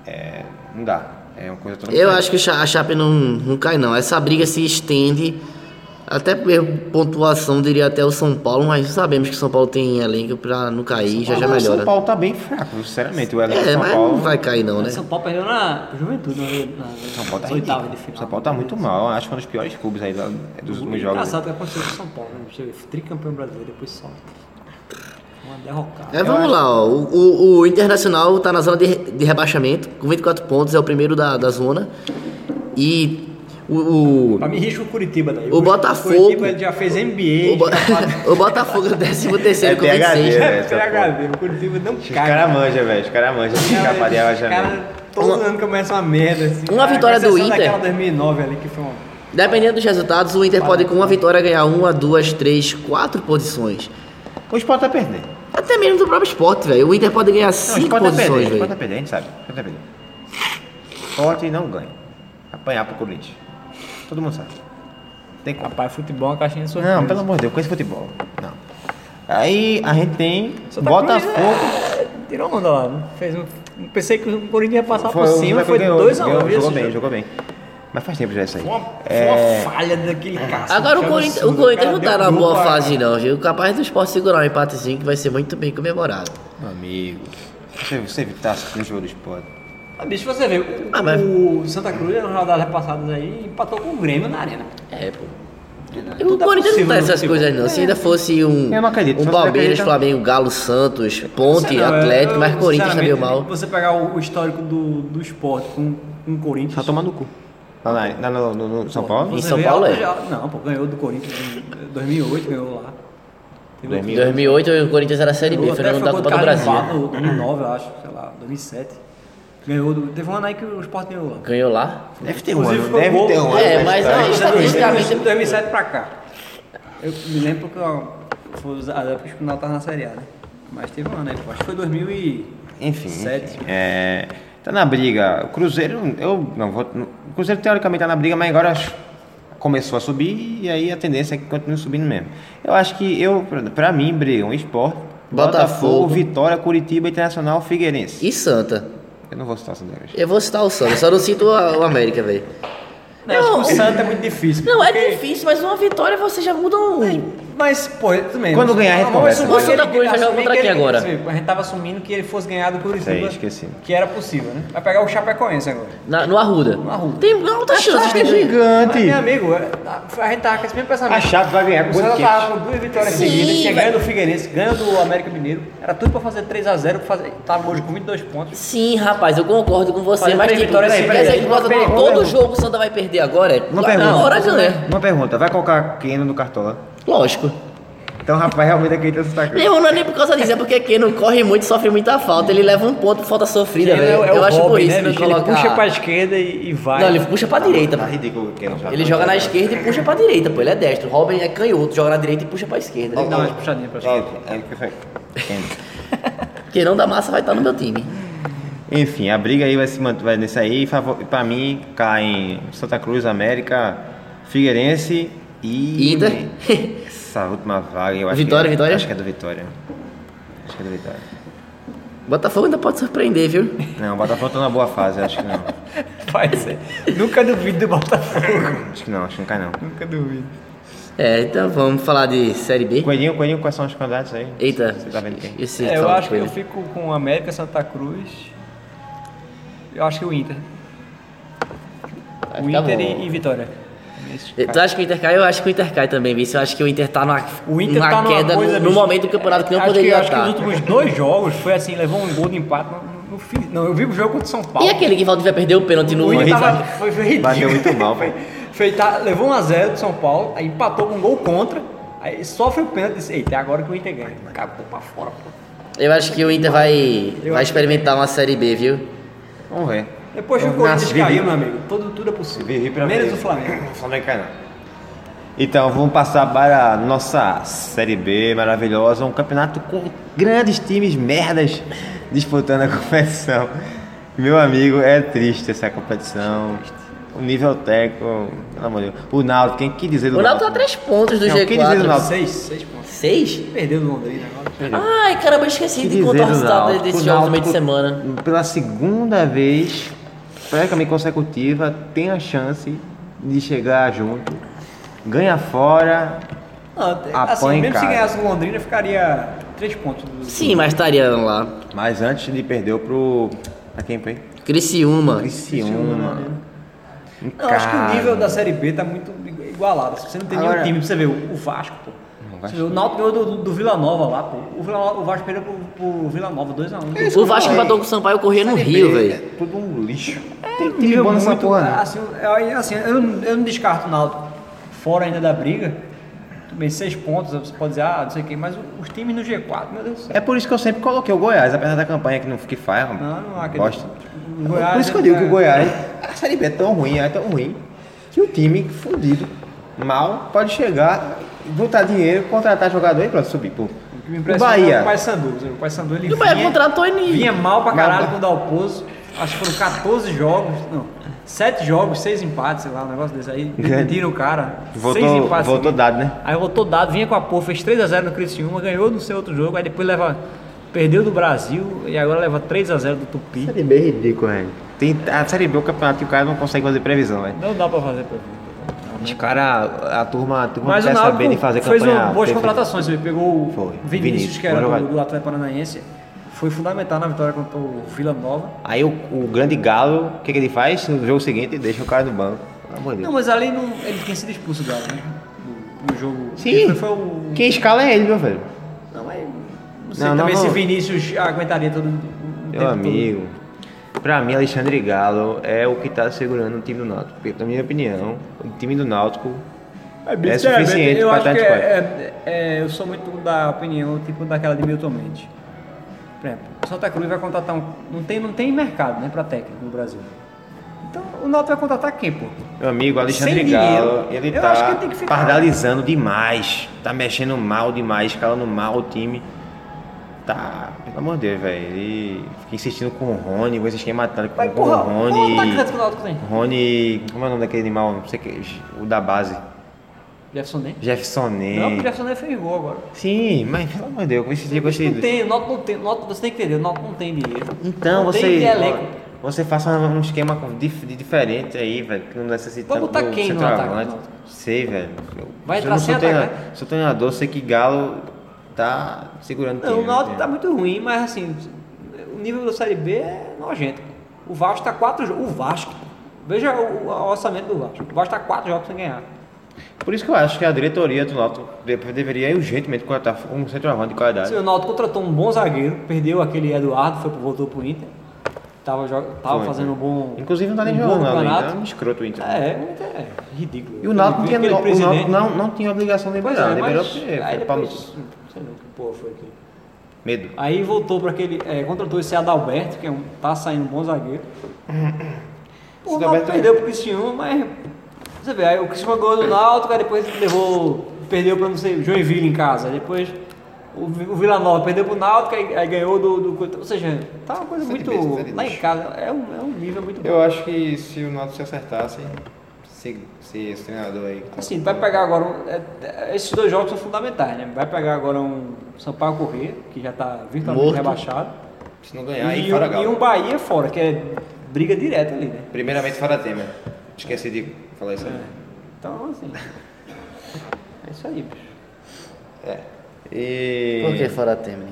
S1: é, não dá. É uma coisa totalmente
S2: Eu
S1: diferente.
S2: acho que o Cha- a Chape não, não cai, não. Essa briga se estende. Até mesmo pontuação, diria até o São Paulo, mas sabemos que o São Paulo tem elenco pra não cair, já já
S1: Agora, O São
S2: melhora.
S1: Paulo tá bem fraco, sinceramente. O elenco do
S2: É,
S1: São
S2: mas
S1: Paulo.
S2: não vai cair, não, né?
S3: São Paulo perdeu na pro Juventude, na, na,
S1: São Paulo tá
S3: nas oitavas de
S1: ridículo.
S3: final.
S1: São Paulo tá muito mal. Eu Acho que é um dos piores clubes aí da- dos últimos
S3: O
S1: jogos.
S3: engraçado que aconteceu com o São Paulo, né? bicho? Tricampeão brasileiro, depois solta. Uma derrocada.
S2: É, vamos lá, ó. O, o- o Internacional tá na zona de, re- de rebaixamento, com 24 pontos, é o primeiro da, da zona. E o, o,
S3: Pra mim, risca o Curitiba daí.
S2: O Botafogo-
S3: Curitiba já fez NBA.
S2: o, Bo-
S3: já tá-
S2: o Botafogo é o 13
S1: É
S2: com 26.
S1: PHD, né?
S2: né?
S3: É,
S1: essa
S3: PHD, o Curitiba não
S1: Os
S3: caga.
S1: caras manjam, velho. Os caras manjam. Os
S3: Cara,
S1: caras
S3: os caras todo ano começa uma merda. Assim,
S2: Uma vitória
S3: com exceção
S2: do Inter.
S3: daquela 2009 ali que foi uma.
S2: Dependendo dos resultados, o Inter pode com uma vitória ganhar uma, duas, três, quatro posições.
S1: O Sport tá perdendo.
S2: Até mesmo do próprio esporte, velho. O Inter pode ganhar
S1: Não, o
S2: cinco
S1: Sport tá perdendo. O
S2: posições,
S1: Sport
S2: velho.
S1: tá perdendo, a gente sabe. O Sport tá perdendo. O Sport não ganha. Apanhar pro Corinthians. Todo mundo sabe. Tem como.
S3: Rapaz, futebol é uma caixinha de surpresa.
S1: Não, pelo amor de Deus, com esse futebol. Não. tá Aí a gente tem
S3: Santa
S1: Botafogo.
S3: Cruz, é, tirou onda lá. né? Fez um, pensei que o Corinthians ia passar por
S1: o
S3: cima,
S1: Santa
S3: foi
S1: Cruz um ganhou,
S3: 2x1.
S1: ganhou, Jogou bem, jogou bem. Mas faz tempo já isso aí.
S3: Foi uma, foi uma
S1: É,
S3: falha daquele cara. assim,
S2: Agora o Corinthians, o Corinthians não
S3: um
S2: tá na boa fase, não, viu? Capaz do esporte segurar um empatezinho que vai ser muito bem comemorado.
S1: meu amigo. Você, você tá assistindo o jogo do esporte.
S3: Ah, bicho, você vê, o,
S2: Ah, mas-
S3: o Santa Cruz, nas rodadas passadas aí, empatou com o Grêmio na arena.
S2: É, pô. O
S3: Tudo é
S2: Corinthians não
S3: possível
S2: tá
S3: no
S2: essas
S3: futebol.
S2: coisas não. Se ainda fosse um,
S3: É
S1: Eu não acredito. Se
S2: um
S1: você
S2: Palmeiras,
S1: acredita-
S2: Flamengo, Galo, Santos, Ponte,
S3: Sei não, é,
S2: Atlético,
S3: eu-
S2: mas Corinthians tá meio
S3: sinceramente,
S2: mal.
S3: Você pegar o, o histórico do, do esporte com, com o Corinthians.
S1: Tá
S5: Só tomar no cu.
S1: Lá, na- lá no, no- no São Paulo?
S2: Em
S3: você
S2: São
S3: vê
S2: Paulo,
S3: alta
S2: é?
S3: já- Não, pô, ganhou do Corinthians em 2008, ganhou lá. Entendeu?
S1: 2000.
S2: Em 2008 o Corinthians era a Série B,
S3: Ganhou,
S2: foi
S3: é até
S2: no ano da
S3: foi
S2: Copa do
S3: contra o
S2: Brasil.
S3: Carnaval, 2009, um eu acho, sei lá, 2007. Ganhou do, teve um ano aí que o Sport ganhou lá.
S2: Ganhou lá?
S1: Deve ter
S3: Inclusive, ficou
S1: Deve
S3: gol.
S1: ter um.
S2: É,
S1: né,
S2: mas
S1: cara?
S2: não, estatisticamente...
S3: 2007 pra cá. Eu me lembro que eu, foi os- a época que o Natal tava na Série A, né? Mas teve um ano aí, pô, acho que foi 2000 e...
S1: Enfim,
S3: Sete.
S1: enfim, é, tá na briga. O Cruzeiro, eu não vou. O Cruzeiro teoricamente tá na briga, mas agora acho- começou a subir e aí a tendência é que continue subindo mesmo. Eu acho que eu, pra- pra mim, brigam esporte,
S2: Botafogo.
S1: Vitória, Curitiba, Internacional, Figueirense.
S2: E Santa?
S1: Eu não vou citar essas regras.
S2: Eu vou citar o Santa, só não cito a- o América, velho.
S3: Não, o Santa é muito difícil.
S2: Não,
S3: porque-
S2: é difícil, mas uma vitória você já muda um...
S3: Mas, pô, eu também.
S1: Quando
S3: não sei-
S1: ganhar, a gente
S3: não, vamos
S1: conversa.
S3: supor que
S2: Mas Santa
S3: ele-
S2: Cruz vai jogar
S3: assumir
S2: contra
S3: que
S2: quem
S3: ele-
S2: agora?
S3: assim, A gente tava assumindo que ele fosse ganhar do Curitiba.
S1: Sei, esqueci.
S3: Que era possível, né? Vai pegar o Chapecoense agora.
S2: Na- no Arruda.
S3: Arruda. É
S2: Tem altas chances de ganhar.
S1: É Gigante!
S3: Mas, meu amigo, é- a a gente tava com esse mesmo pensamento.
S1: A Chape vai ganhar com
S3: o Santa
S1: Corinthians.
S3: tava com duas vitórias
S2: Sim,
S3: seguidas, tinha
S2: vai-
S3: ganho do Figueirense, ganho do América Mineiro. Era tudo pra fazer 3x0, pra fazer, tava hoje com 22 pontos.
S2: Sim, rapaz, eu concordo com você,
S3: Fazer
S2: mas
S3: três
S2: tem
S3: vitórias
S2: mas
S3: aí, peraí,
S2: é que
S3: aí.
S2: bota-
S3: Uma pergunta.
S2: todo jogo o Santa vai perder agora. é-
S1: Uma
S2: lá-
S1: pergunta.
S2: Agora ganha.
S1: Uma pergunta, vai colocar Keno no cartola.
S2: Lógico.
S1: Então, rapaz, realmente aqui tem sotaque.
S2: Meu, não é nem por causa disso, é porque quem não corre muito sofre muita falta. Ele leva um ponto por falta sofrida,
S3: Ele
S2: velho.
S3: o
S2: eu acho
S3: Robin,
S2: por isso
S3: né,
S2: que não
S3: bicho? Ele
S2: coloca.
S3: puxa pra esquerda e, e vai.
S2: Não, ele puxa pra direita,
S1: Tá
S2: pô.
S1: ridículo o Keno.
S2: Ele joga na esquerda e puxa pra direita, pô. Ele é destro. Robin é canhoto, joga na direita e puxa pra esquerda.
S3: Tem que
S2: Né?
S3: dar umas puxadinhas pra esquerda.
S1: É, é, perfeito. Keno.
S2: Quem não dá massa vai estar no meu time.
S1: Enfim, a briga aí vai se manter vai nesse aí. Favor- Pra mim, caem Santa Cruz, América, Figueirense e.
S2: Ida.
S1: Essa última vaga eu acho
S2: Vitória,
S1: que é,
S2: Vitória?
S1: Acho que é do Vitória. Acho que é do Vitória.
S2: Botafogo ainda pode surpreender, viu?
S1: Não, o Botafogo tá numa boa fase, eu acho que não.
S3: Vai ser. Nunca duvido do Botafogo.
S1: Acho que não, acho que não cai não.
S3: Nunca duvido.
S2: É, então vamos falar de Série B.
S1: Coelhinho, Coelhinho, quais são os candidatos aí?
S2: Eita,
S1: Você tá vendo quem?
S2: esse
S3: É, eu
S2: fala
S3: acho
S2: com
S3: que eu
S2: ele.
S3: fico com o América, Santa Cruz. Eu acho que o Inter.
S2: Tá
S3: O Inter
S2: bom. É,
S3: e, e Vitória. É
S2: Tu acha que o Inter cai? Eu acho que o Inter cai também, Vinícius. Eu acho que o Inter tá numa,
S3: O Inter
S2: numa
S3: tá numa
S2: queda
S3: coisa,
S2: no, no
S3: bicho.
S2: momento do campeonato que não
S3: acho
S2: poderia tá.
S3: acho que
S2: estar.
S3: os últimos dois jogos foi assim, levou um gol de empate no, no fim. Não, eu vi o jogo contra o São Paulo.
S2: E aquele que Valdívia perdeu o pênalti no
S3: O Inter
S1: Foi
S3: tava,
S1: ridículo.
S3: foi, foi ridículo.
S1: Bateu muito mal, velho.
S3: Feita, levou 1x0 do São Paulo, aí empatou com um gol contra, aí sofre o pênalti e disse, eita, é agora que o Inter ganha. Acabou pra fora, pô.
S2: Eu acho que o Inter vai,
S3: Eu
S2: vai
S3: acho-
S2: experimentar uma Série B, viu?
S1: Vamos ver.
S3: Depois que o
S1: Nasce,
S3: Corinthians
S1: vive.
S3: caiu, meu amigo, todo, tudo é possível.
S1: Vivi pra
S3: Menos
S1: ver.
S3: o Flamengo.
S1: O Flamengo cai não. Então, vamos passar para a nossa Série B maravilhosa, um campeonato com grandes times merdas disputando a competição. Meu amigo, é triste essa competição. O nível técnico, pelo amor de Deus. O Náutico, quem que dizer do
S2: O Náutico tá a
S1: Náutico?
S2: três pontos do
S1: Não, quem diz o
S2: G4.
S1: Náutico?
S3: Seis, seis pontos.
S2: Seis?
S3: Perdeu do Londrina agora.
S2: Ai, caramba, eu esqueci
S1: Que
S2: de contar o
S1: dizer do
S2: resultado
S1: Náutico?
S2: desse
S1: O
S2: jogo no meio de
S1: Náutico,
S2: semana.
S1: Pela segunda vez, praticamente consecutiva, tem a chance de chegar junto. Ganha fora.
S3: Não,
S1: Apanha
S3: assim,
S1: em
S3: mesmo se
S1: casa.
S3: ganhasse do Londrina, ficaria três pontos. Do...
S2: Sim, mas estaria lá.
S1: Mas antes ele perdeu pro. A quem foi?
S2: Criciúma.
S1: Criciúma.
S3: né?
S1: Um
S3: Não, acho que o nível da Série B tá muito igualado. Você não tem
S1: Agora-
S3: nenhum time pra você ver. O o Vasco, pô. Você vê, o Náutico ganhou do, do Vila Nova lá, pô. O, Vila Nova- o Vasco perdeu pro, pro Vila Nova,
S1: É
S3: 2x1.
S2: O Vasco empatou com o Sampaio correr no Rio,
S3: é
S2: velho.
S1: Tudo um lixo. Tem time bom nessa porra, né?
S3: Assim, eu, assim, eu, não- eu não descarto o Náutico fora ainda da briga. Tudo bem, seis pontos, você pode dizer, ah, não sei o quê. Mas os times no G4, meu Deus do céu.
S1: É por isso que eu sempre coloquei o Goiás, apesar da campanha que não que faz,
S3: Não, não há aquele-
S1: bosta.
S3: O Goiás
S1: por isso que eu
S3: é-
S1: digo que o Goiás, a Série B é tão ruim, é tão ruim, que o time fudido, mal, pode chegar, juntar dinheiro, contratar jogador e pronto, subir, pô.
S3: O que me
S1: O
S3: impressiona é o
S1: Bahia,
S3: Paysandu. sabe? O Paysandu, ele
S2: E o Bahia
S3: vinha-
S2: contratou ele.
S3: Vinha mal pra caralho
S1: Mal.
S3: com o Dalpozo. Acho que foram 14 jogos. Não, 7 jogos, 6 empates, sei lá, um negócio desse aí. Demitiram o cara. seis
S1: voltou,
S3: empates.
S1: voltou
S3: seguidos.
S1: dado, né?
S3: Aí voltou dado, vinha com a porra, fez 3x0 no Criciúma, ganhou no seu outro jogo, aí depois leva. Perdeu do Brasil e agora leva 3x0 do Tupi.
S1: Série B é ridículo, velho. Tem, a Série B é o campeonato que o cara não consegue fazer previsão, velho.
S3: Não dá pra fazer pra mim.
S1: Os caras, a turma, a turma
S3: Mas o
S1: quer saber de
S3: Náutico
S1: fazer
S3: fez
S1: campanha.
S3: uma boas
S1: perfeita.
S3: contratações. Ele pegou o
S1: Foi.
S3: Vinícius,
S1: Vinícius,
S3: que era
S1: bom
S3: do,
S1: jogador.
S3: do Atlético Paranaense. Foi fundamental na vitória contra o Vila Nova.
S1: Aí o, o grande galo, o que, que ele faz? No jogo seguinte, deixa o cara no banco. Pelo amor de
S3: Não,
S1: Deus.
S3: mas além não, ele tinha sido expulso do Galo, né? no jogo.
S5: Sim.
S3: Foi, foi o.
S5: Quem escala é ele, meu velho.
S3: Não, mas. Não sei
S1: Não, não,
S3: também se
S1: não.
S3: Vinícius aguentaria todo. o tempo
S1: Meu
S3: todo.
S1: amigo. Pra mim, Alexandre Galo é o que tá segurando o time do Náutico. Porque, na minha opinião, o time do Náutico é
S3: Sinceramente,
S1: suficiente
S3: eu
S1: pra
S3: acho
S1: estar
S3: que
S1: de quarto.
S3: é, é- é, Eu sou muito da opinião, tipo daquela de Milton Mendes. Por exemplo, o Santa Cruz vai contratar um. Não tem, não tem mercado né, pra técnico no Brasil. Então o Náutico vai contratar quem, pô?
S1: Meu amigo, Alexandre
S3: Sem
S1: Galo,
S3: dinheiro.
S1: ele
S3: Eu acho que
S1: tá
S3: ele tem que ficar.
S1: paralisando demais. Tá mexendo mal demais, escalando mal o time. Tá, pelo amor de Deus, velho. Ele fica insistindo com o Rony, com esse esquema tático,
S3: Vai tá
S1: com o
S3: empurrar. Qual
S1: Roni.
S3: o atacante que o Náutico tem?
S1: Rony, como é o nome daquele animal? Não sei o que, o da base.
S3: Jefferson Nem?
S1: Jefferson
S3: Não, porque o
S1: Ney.
S3: Jefferson Nem fez gol agora.
S1: Sim, mas pelo amor de Deus, esse dia eu gostei
S3: Não
S1: do-
S3: tem, o Náutico não tem. o Náutico- Você tem que entender, o Náutico não tem dinheiro.
S1: Então
S3: não
S1: você.
S3: Tem elenco.
S1: Você faça um esquema com- dif- de- diferente aí, velho. Que não necessita
S3: Vai botar
S1: do
S3: quem no
S1: centroavante.
S3: ataque,
S1: Sei, velho. Eu-
S3: Vai
S1: eu
S3: entrar
S1: não sou
S3: sem né?
S1: treinador,
S3: atacante?
S1: sou treinador, sei que Galo tá segurando né?
S3: Não,
S1: time,
S3: o Náutico
S1: entende?
S3: tá muito ruim, mas assim, o nível da Série B é nojento. O Vasco tá quatro jogos. O Vasco. Veja o, o orçamento do Vasco. O Vasco tá quatro jogos sem ganhar.
S1: Por isso que eu acho que a diretoria do Náutico de- deveria urgentemente contratar um centroavante de
S3: Se
S1: qualidade.
S3: o Náutico contratou um bom zagueiro, perdeu aquele Eduardo, foi pro, voltou pro Inter. Tava, jo- tava
S1: Foi,
S3: fazendo um bom.
S1: Inclusive não tá nem
S3: um bom
S1: jogando ali,
S3: campeonato.
S1: tá um escroto o Inter.
S3: É, o Inter é ridículo.
S1: E o Náutico, tinha,
S3: Aquele
S1: o Náutico
S3: é presidente-
S1: não, não tinha obrigação de
S3: Pois
S1: liberar,
S3: é,
S1: liberou
S3: mas
S1: porque
S3: aí
S1: foi pra
S3: depois, não sei não que porra foi aquilo.
S1: medo.
S3: Aí voltou para aquele. é, contratou esse Adalberto, que é um, tá saindo um bom zagueiro. O Náutico
S1: Adalberto é-
S3: perdeu pro Cristiano, mas. Você vê, aí o Cristiano ganhou do Náutico, aí depois levou. Perdeu para não sei, o Joinville em casa. aí Depois o, Vi- o Vila Nova perdeu pro Náutico, aí, aí ganhou do, do. coisa- Ou seja, tá uma coisa
S1: Série
S3: muito.
S1: B, série
S3: lá em
S1: lixo.
S3: casa, é um, é um nível muito bom.
S1: Eu acho que se o Náutico se acertasse, se, se esse treinador aí... que tá-
S3: Assim, vai pegar agora. um- é- é- esses dois jogos são fundamentais, né? Vai pegar agora um Sampaio Corrêa, que já tá virtualmente
S2: Morto.
S3: rebaixado.
S1: Se não ganhar, aí
S3: e,
S1: fora
S3: um, e um
S1: Galo.
S3: Bahia fora, que é briga direta ali, né?
S1: Primeiramente fora Temer. Esqueci de falar isso aí.
S3: Então, assim. É isso aí, bicho.
S1: E...
S2: Por que fora Temer?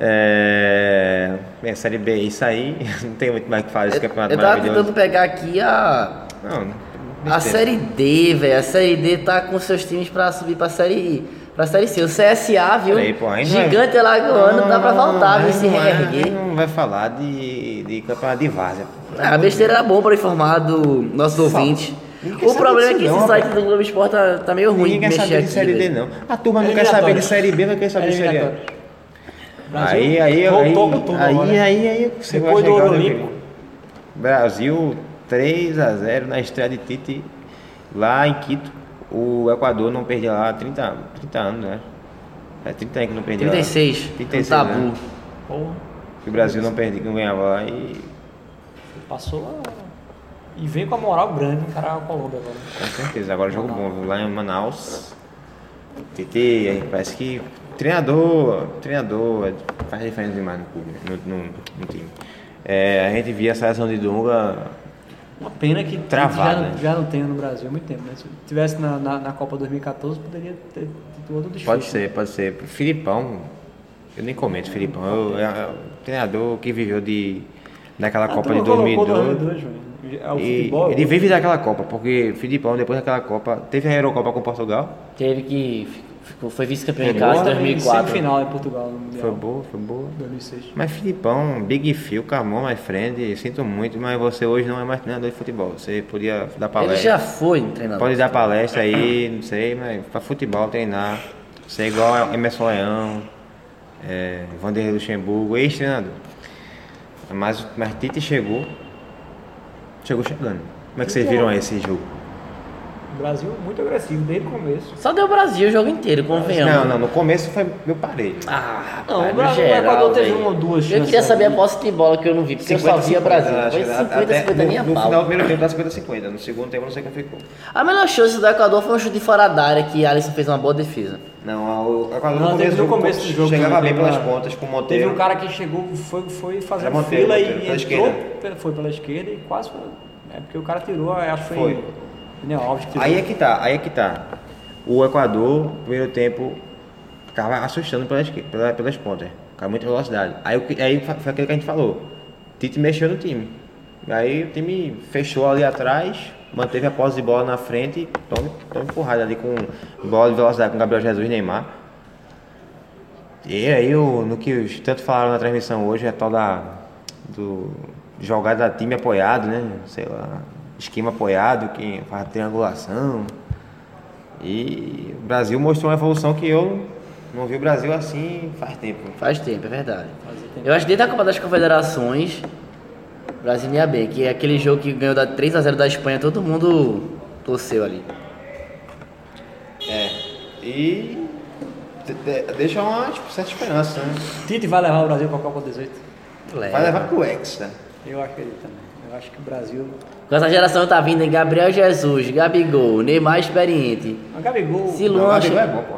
S1: É... Bem, a Série B é isso aí. Não tem muito mais o que falar desse
S2: Eu,
S1: campeonato
S2: eu tava tentando
S1: maravilhoso.
S2: pegar aqui a.
S1: Não, não
S2: A
S1: tem.
S2: série D, velho. A série D tá com seus times pra subir pra série pra série C. O CSA, viu?
S1: Peraí, pô, ainda é? vai-
S2: um Gigante alagoano, dá pra voltar, viu?
S1: mas
S2: Se
S1: não é-
S2: reerguer.
S1: Não é. vai falar de, de campeonato de várzea.
S2: Ah, A besteira era bom pra informar do nosso ouvinte.
S1: Ninguém
S2: O
S1: sabe
S2: problema é que
S1: disso
S2: esse
S1: não,
S2: site do Globo Esporte tá, tá meio ruim
S1: Ninguém quer
S2: de mexer
S1: saber
S2: aqui.
S1: de Série D,
S2: velho.
S1: não. A turma não quer
S3: Eliminatórias.
S1: saber de Série B, vai querer saber de Série A.
S3: Eliminatórias. Brasil
S1: Aí, aí, aí,
S3: voltou com tudo
S1: aí,
S3: agora. né?
S1: aí, aí, você
S3: Depois
S1: vai
S3: do
S1: chegar
S3: Ouro
S1: onde eu
S3: Olímpico.
S1: queria. Brasil 3 a 0 na estreia de Tite lá em Quito. O Equador não perdia lá há 30, anos- 30 anos, né? É 30 anos que não perdia
S2: 36,
S1: lá.
S2: um tabu.
S1: né? Que o Brasil não perdia, que não ganhava lá e
S3: Passou a... E vem com a moral grande encarar a Colômbia agora.
S1: com certeza. Agora jogo bom, viu? Lá em Manaus. Tite, aí parece que treinador, treinador é, faz diferença demais no clube, no, no- no time. É, a gente via a seleção de Dunga
S3: Uma pena que
S1: Travado,
S3: já, não-
S1: né?
S3: já não tem no Brasil há muito tempo, né? Se tivesse na, na, na Copa 2014, poderia ter tido outro desfile.
S1: Pode ser, pode ser. Filipão, eu nem comento Filipão. Eu, é- é um treinador que viveu de, daquela
S3: Ah,
S1: Copa
S3: então
S1: de 2002.
S3: né? É o
S1: E
S3: futebol. né?
S1: ele vive daquela Copa, porque Filipão, depois daquela Copa, teve a Eurocopa com Portugal.
S2: Teve que. Ficou, foi vice-campeão
S1: Foi
S2: de casa
S1: É boa,
S2: em
S1: né?
S3: Sem
S2: 2004.
S3: final em Portugal no Mundial.
S1: Foi boa, foi boa.
S3: 2006.
S1: Mas Filipão, Big Phil, Camon, my friend, sinto muito, mas você hoje não é mais treinador de futebol. Você podia dar
S2: Ele
S1: palestra.
S2: já foi treinador.
S1: Tá Pode dar palestra aí, não sei, mas pra futebol treinar. Ser igual a Emerson Leão, é, Vanderlei Luxemburgo, ex-treinador. Mas, mas Tite chegou. Chegou chegando. Como é que vocês viram esse jogo?
S3: O Brasil muito agressivo desde o começo.
S2: Só deu o Brasil o jogo inteiro, convenhamos.
S1: Não, não, no começo foi meu parei.
S2: Ah,
S3: Não,
S2: rapaz,
S3: o
S2: no
S3: Brasil- o
S2: geral,
S3: Equador teve
S2: velho.
S3: uma ou duas
S2: Eu
S3: chances né?
S2: queria saber a
S3: ali.
S2: posse de bola que eu não vi, porque eu só via Brasil. Foi 50, 50 nem a
S1: No
S2: é pau.
S1: final do primeiro tempo tava 50-50. No segundo tempo eu não sei quem ficou.
S2: A melhor chance do Equador foi um chute de fora da área que Alisson fez uma boa defesa.
S1: Não, o Equador
S3: Não,
S1: no
S3: teve
S1: começo,
S3: no começo do jogo
S1: chegava
S3: também,
S1: bem pelas
S3: teve uma-
S1: pontas, com o Monteiro.
S3: Teve um cara que chegou, foi, foi fazer
S1: Era Monteiro,
S3: fila
S1: Monteiro,
S3: e
S1: pela
S3: entrou,
S1: esquerda.
S3: pela- foi pela esquerda e quase foi. É porque o cara tirou, acho que
S1: Foi.
S3: foi. Daniel Alves tirou.
S1: Aí é que tá, aí é que tá. O Equador, no primeiro tempo, tava assustando pelas, pelas, pelas pontas. Com muita velocidade. Aí, o que- aí fa- foi aquilo que a gente falou. Tite mexeu no time. Aí o time fechou ali atrás, manteve a posse de bola na frente e toma, toma empurrada ali com bola de velocidade com Gabriel Jesus e Neymar. E aí, o, no que os tanto falaram na transmissão hoje, é tal da do jogada time apoiado, né? Sei lá, esquema apoiado, que faz triangulação. E o Brasil mostrou uma evolução que eu não vi o Brasil assim faz tempo.
S2: Faz tempo, é verdade. Eu acho que desde a Copa das Confederações, Brasil e AB, que é aquele jogo que ganhou da 3x0 da Espanha, todo mundo torceu ali.
S1: É. E de- de- deixa uma tipo, certa esperança, né?
S3: Tite vai levar o Brasil para a Copa 18.
S1: Vai
S2: Leva.
S1: levar pro Hexa.
S3: Eu acredito também. Eu acho que o Brasil.
S2: Com essa geração tá vindo em Gabriel Jesus, Gabigol, Neymar experiente.
S3: Mas Gabigol.
S2: Se
S1: Não,
S2: Luan.
S1: Gabigol é
S2: che-
S1: bom, pô.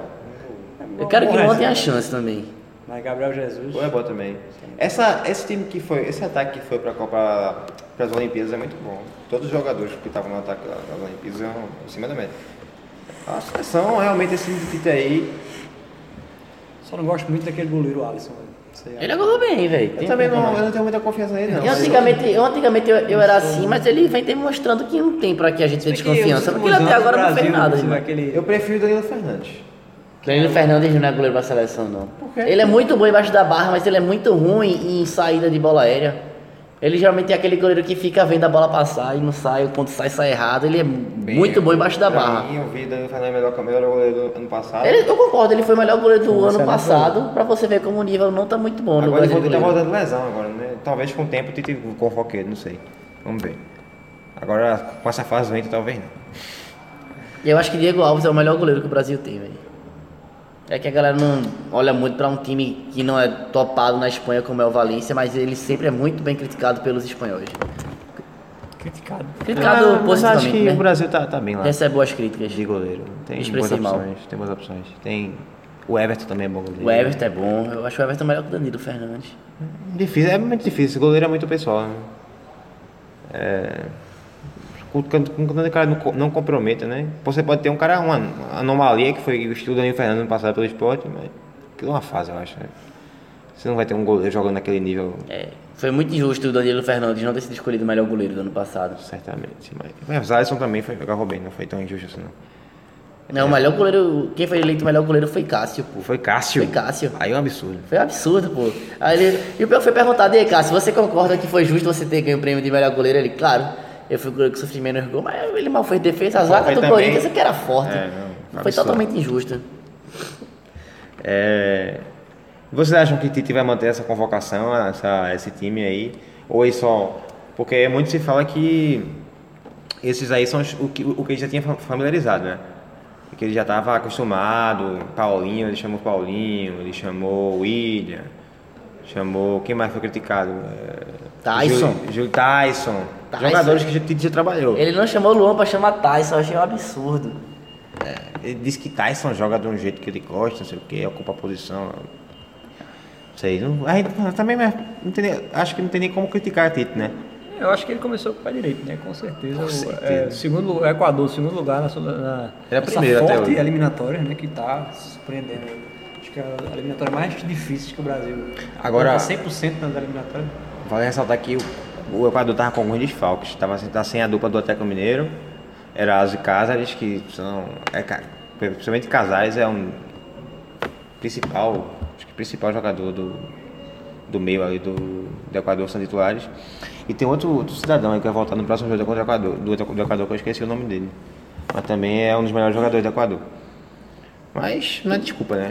S2: Eu quero que
S3: Bom,
S2: Luan tenha
S3: né?
S2: a chance também.
S3: Mas Gabriel Jesus.
S1: Gabigol é bom também. Essa, esse time que foi, esse ataque que foi pra Copa, pras Olimpíadas é muito bom. Todos os jogadores que estavam no ataque da- das Olimpíadas eram acima da média. A seleção, realmente, esse time de Tite aí,
S3: Só não gosto muito daquele goleiro Alisson. velho. é- Sei lá.
S2: Ele agora bem, velho.
S1: eu também não, eu não tenho muita confiança nele, não.
S2: Eu né? antigamente, eu, antigamente eu, eu era assim, mas ele vem demonstrando que não tem pra que a gente ter
S3: É que os
S2: desconfiança. Porque ele
S3: últimos
S2: até
S3: anos
S2: agora
S3: do
S2: não fez
S3: Brasil,
S2: nada. né?
S3: você
S2: irmão.
S3: vai aquele-
S1: Eu prefiro o Danilo Fernandes.
S2: Danilo Fernandes não é goleiro pra seleção, não.
S1: quê?
S2: Ele é muito bom embaixo da barra, mas ele é muito ruim em saída de bola aérea. Ele geralmente é aquele goleiro que fica vendo a bola passar e não sai, o ponto sai, sai errado. Ele é muito bom embaixo da
S1: pra
S2: barra.
S1: Mim, eu vi o Danilo Fernandes melhor que o melhor goleiro do ano passado.
S2: Ele- é eu concordo, ele foi o melhor goleiro do ano
S3: excelente
S2: passado, pra você ver como o nível não tá muito bom no
S1: Agora
S2: Brasil.
S1: ele tá
S2: goleiro.
S1: voltando lesão agora, né? Talvez com o tempo tente convocar ele, não sei. Vamos ver. Agora com essa fase doente, talvez não.
S2: E eu acho que Diego Alves é o melhor goleiro que o Brasil tem, velho. É que a galera não olha muito pra um time que não é topado na Espanha como é o Valência, mas ele sempre é muito bem criticado pelos espanhóis.
S3: Criticado.
S2: Criticado
S1: acho que
S2: positivamente,
S1: o
S2: né?
S1: Brasil tá, tá bem lá.
S2: Recebe boas críticas.
S1: De goleiro. Tem boas
S2: Expressei mal.
S1: opções. Tem boas opções. Tem. O Everton também é bom goleiro.
S2: é O Everton é bom, eu acho o Everton melhor que o Danilo Fernandes.
S1: Difícil, é muito difícil. Goleiro é muito pessoal, né? É. o can- o can- o cara não, co- não comprometa, né? Você pode ter um cara, uma anomalia que foi o estilo do Danilo Fernando no passado pelo esporte, mas aquilo é uma fase, eu acho. Né? Você não vai ter um goleiro jogando naquele nível,
S2: É, foi muito injusto o Danilo Fernandes não ter sido escolhido o melhor goleiro do ano passado.
S1: certamente. Mas, mas o Alisson também foi jogar bem, não foi tão injusto assim, não.
S2: Não, o melhor goleiro, quem foi eleito o melhor goleiro foi Cássio, pô.
S1: Foi Cássio.
S2: Foi Cássio.
S1: Aí é um absurdo.
S2: Foi um absurdo, pô. Aí ele, e o pior foi perguntado, e aí, Cássio, você concorda que foi justo você ter ganho o prêmio de melhor goleiro? Ele, claro, eu fui o goleiro que sofri menos gol, mas ele mal fez defesa, a zaga
S1: Foi
S2: do
S1: também-
S2: Corinthians é que era forte.
S1: É, não,
S2: foi
S1: absurdo.
S2: totalmente injusto.
S1: É, Vocês acham que Tite vai manter essa convocação, essa- esse time aí? Ou é só. Porque muito se fala que esses aí são os- o que, o que ele já tinha fa- familiarizado, né? Que ele já estava acostumado. Paulinho, ele chamou Paulinho, ele chamou William, chamou. Quem mais foi criticado? É,
S2: Tyson.
S1: Júlio- Júlio Tyson.
S2: Tyson.
S1: Jogadores que o Tite já trabalhou.
S2: Ele não chamou o Luan pra chamar Tyson, eu achei um absurdo.
S1: Ele disse que Tyson joga de um jeito que ele gosta, não sei o que, ocupa a posição. Não sei, não, aí, também mas não tem nem- acho que não tem nem como criticar a Tite, né?
S3: É, Eu acho que ele começou com o pé direito, né? Com certeza. O-
S1: certeza.
S3: é, segundo, lu- Equador, segundo lugar na, sua- na
S1: Era
S3: nessa
S1: primeiro até
S3: forte
S1: hoje.
S3: eliminatória, né? Que tá surpreendendo. aí. Acho que é a eliminatória mais difícil que o Brasil.
S1: Agora-
S3: Tá 100% nas eliminatórias.
S1: Vale ressaltar que o, o Equador tava com alguns desfalques, tava sem, tá sem a dupla do Atlético Mineiro, Eraso e Casares, que são, é, ca- principalmente Casares é um principal, acho que principal jogador do, do meio ali do, do Equador são titulares. E tem outro, outro cidadão aí que vai voltar no próximo jogo contra o Equador, do, do Equador, que eu esqueci o nome dele. Mas também é um dos melhores jogadores do Equador. Mas não é desculpa, né?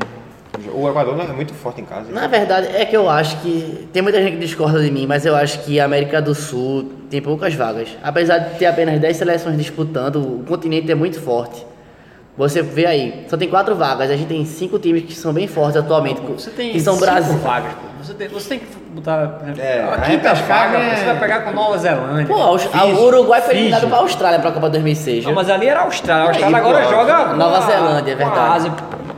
S1: O Equador não é muito forte em casa.
S2: Na verdade, é que eu acho que. Tem muita gente que discorda de mim, mas eu acho que a América do Sul tem poucas vagas. Apesar de ter apenas 10 seleções disputando, o continente é muito forte. Você vê aí, só tem quatro vagas, a gente tem cinco times que são bem fortes atualmente.
S4: Você tem
S2: que são
S4: cinco
S2: Brasil.
S4: vagas, pô. Você tem, você tem que botar... por exemplo,
S1: É,
S4: a
S1: aí
S4: quinta
S1: pescar,
S4: vaga,
S1: né?
S4: você vai pegar com Nova Zelândia.
S2: Pô, a Aus- a-
S1: Fiji,
S2: o Uruguai foi
S1: Fiji.
S2: eliminado pra Austrália pra Copa 2006.
S3: Não, mas ali era a Austrália. A Austrália
S1: Aí,
S3: agora
S1: pô,
S3: joga. com
S2: Nova
S3: a-
S2: Zelândia, é
S3: com a
S2: verdade.
S3: Ásia.